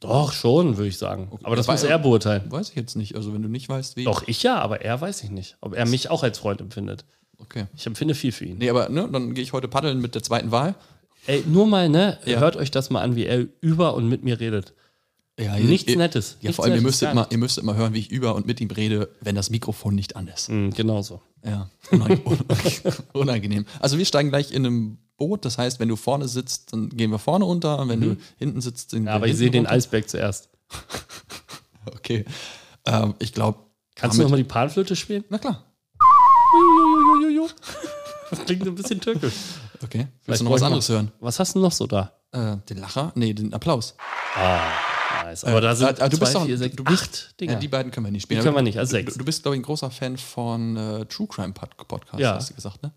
Speaker 2: Doch, schon, würde ich sagen.
Speaker 1: Okay.
Speaker 2: Aber das
Speaker 1: Weil-
Speaker 2: muss er beurteilen.
Speaker 1: Weiß ich jetzt nicht. Also wenn du nicht weißt, wie.
Speaker 2: Doch, ich ja, aber er weiß ich nicht. Ob er mich auch als Freund empfindet.
Speaker 1: Okay.
Speaker 2: Ich empfinde viel für ihn.
Speaker 1: Nee, aber ne, dann gehe ich heute paddeln mit der zweiten Wahl.
Speaker 2: Ey, nur mal, ne?
Speaker 1: Ja.
Speaker 2: Hört euch das mal an, wie er über und mit mir redet.
Speaker 1: Ja,
Speaker 2: Nichts
Speaker 1: ihr,
Speaker 2: Nettes.
Speaker 1: Ja,
Speaker 2: Nichts
Speaker 1: vor allem, ihr
Speaker 2: Nettes,
Speaker 1: müsstet,
Speaker 2: gar
Speaker 1: mal, ihr müsstet mal hören, wie ich über und mit ihm rede, wenn das Mikrofon nicht an ist.
Speaker 2: Mhm, genau so.
Speaker 1: Ja, unang- unang- unangenehm. Also wir steigen gleich in einem Boot. Das heißt, wenn du vorne sitzt, dann gehen wir vorne unter. Und wenn du hinten sitzt, dann gehen
Speaker 2: Mhm. Ja,
Speaker 1: wir
Speaker 2: aber ich
Speaker 1: hinten
Speaker 2: sehe den
Speaker 1: runter.
Speaker 2: Eisberg zuerst.
Speaker 1: Okay. Ähm, ich glaube,
Speaker 2: Kannst du nochmal die Panflöte spielen?
Speaker 1: Na klar.
Speaker 2: Das klingt ein bisschen türkisch.
Speaker 1: Okay. Willst
Speaker 2: Vielleicht
Speaker 1: du noch was
Speaker 2: brauche
Speaker 1: anderes
Speaker 2: ich
Speaker 1: hören?
Speaker 2: Was hast du noch so da?
Speaker 1: Äh, den Lacher? Nee, den Applaus.
Speaker 2: Ah, nice. Aber da sind
Speaker 1: äh, äh, du bist
Speaker 2: zwei,
Speaker 1: doch-
Speaker 2: vier, sechs,
Speaker 1: du bist-
Speaker 2: acht
Speaker 1: Ja.
Speaker 2: Dinger.
Speaker 1: die beiden können wir nicht
Speaker 2: Die
Speaker 1: spielen.
Speaker 2: können wir nicht, also
Speaker 1: Du,
Speaker 2: sechs.
Speaker 1: du bist, glaube ich, ein großer Fan von äh, True Crime Pod- Podcast,
Speaker 2: Ja.
Speaker 1: hast du gesagt, ne?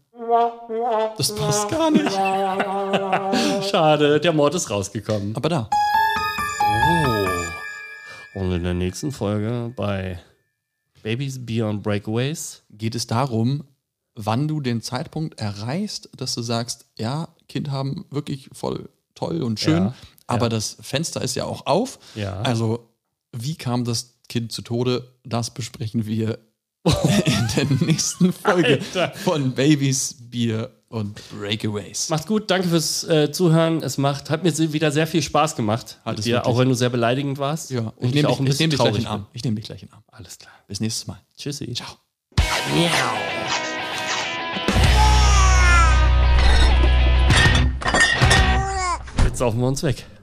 Speaker 1: Das passt gar nicht.
Speaker 2: Schade, der Mord ist rausgekommen.
Speaker 1: Aber da.
Speaker 2: Oh. Und in der nächsten Folge bei Babies Beyond Breakaways.
Speaker 1: geht es darum, wann du den Zeitpunkt erreichst, dass du sagst, ja, Kind haben wirklich voll toll und schön,
Speaker 2: Ja,
Speaker 1: aber
Speaker 2: ja.
Speaker 1: das Fenster ist ja auch auf.
Speaker 2: Ja.
Speaker 1: Also, wie kam das Kind zu Tode? Das besprechen wir in der nächsten Folge
Speaker 2: Alter.
Speaker 1: von Babys, Bier und Breakaways.
Speaker 2: Macht's gut, danke fürs äh, Zuhören. Es macht, hat mir se- wieder sehr viel Spaß gemacht.
Speaker 1: Hat
Speaker 2: mit
Speaker 1: es
Speaker 2: dir,
Speaker 1: wirklich.
Speaker 2: auch wenn du sehr beleidigend warst.
Speaker 1: Ja,
Speaker 2: und
Speaker 1: ich nehme
Speaker 2: auch
Speaker 1: dich,
Speaker 2: ein
Speaker 1: ich nehm
Speaker 2: bisschen
Speaker 1: dich gleich in
Speaker 2: traurig ne?
Speaker 1: den
Speaker 2: bin.
Speaker 1: Arm. Ich nehme dich gleich in den Arm.
Speaker 2: Alles klar.
Speaker 1: Bis nächstes Mal.
Speaker 2: Tschüssi. Ciao. Jetzt saufen wir uns weg.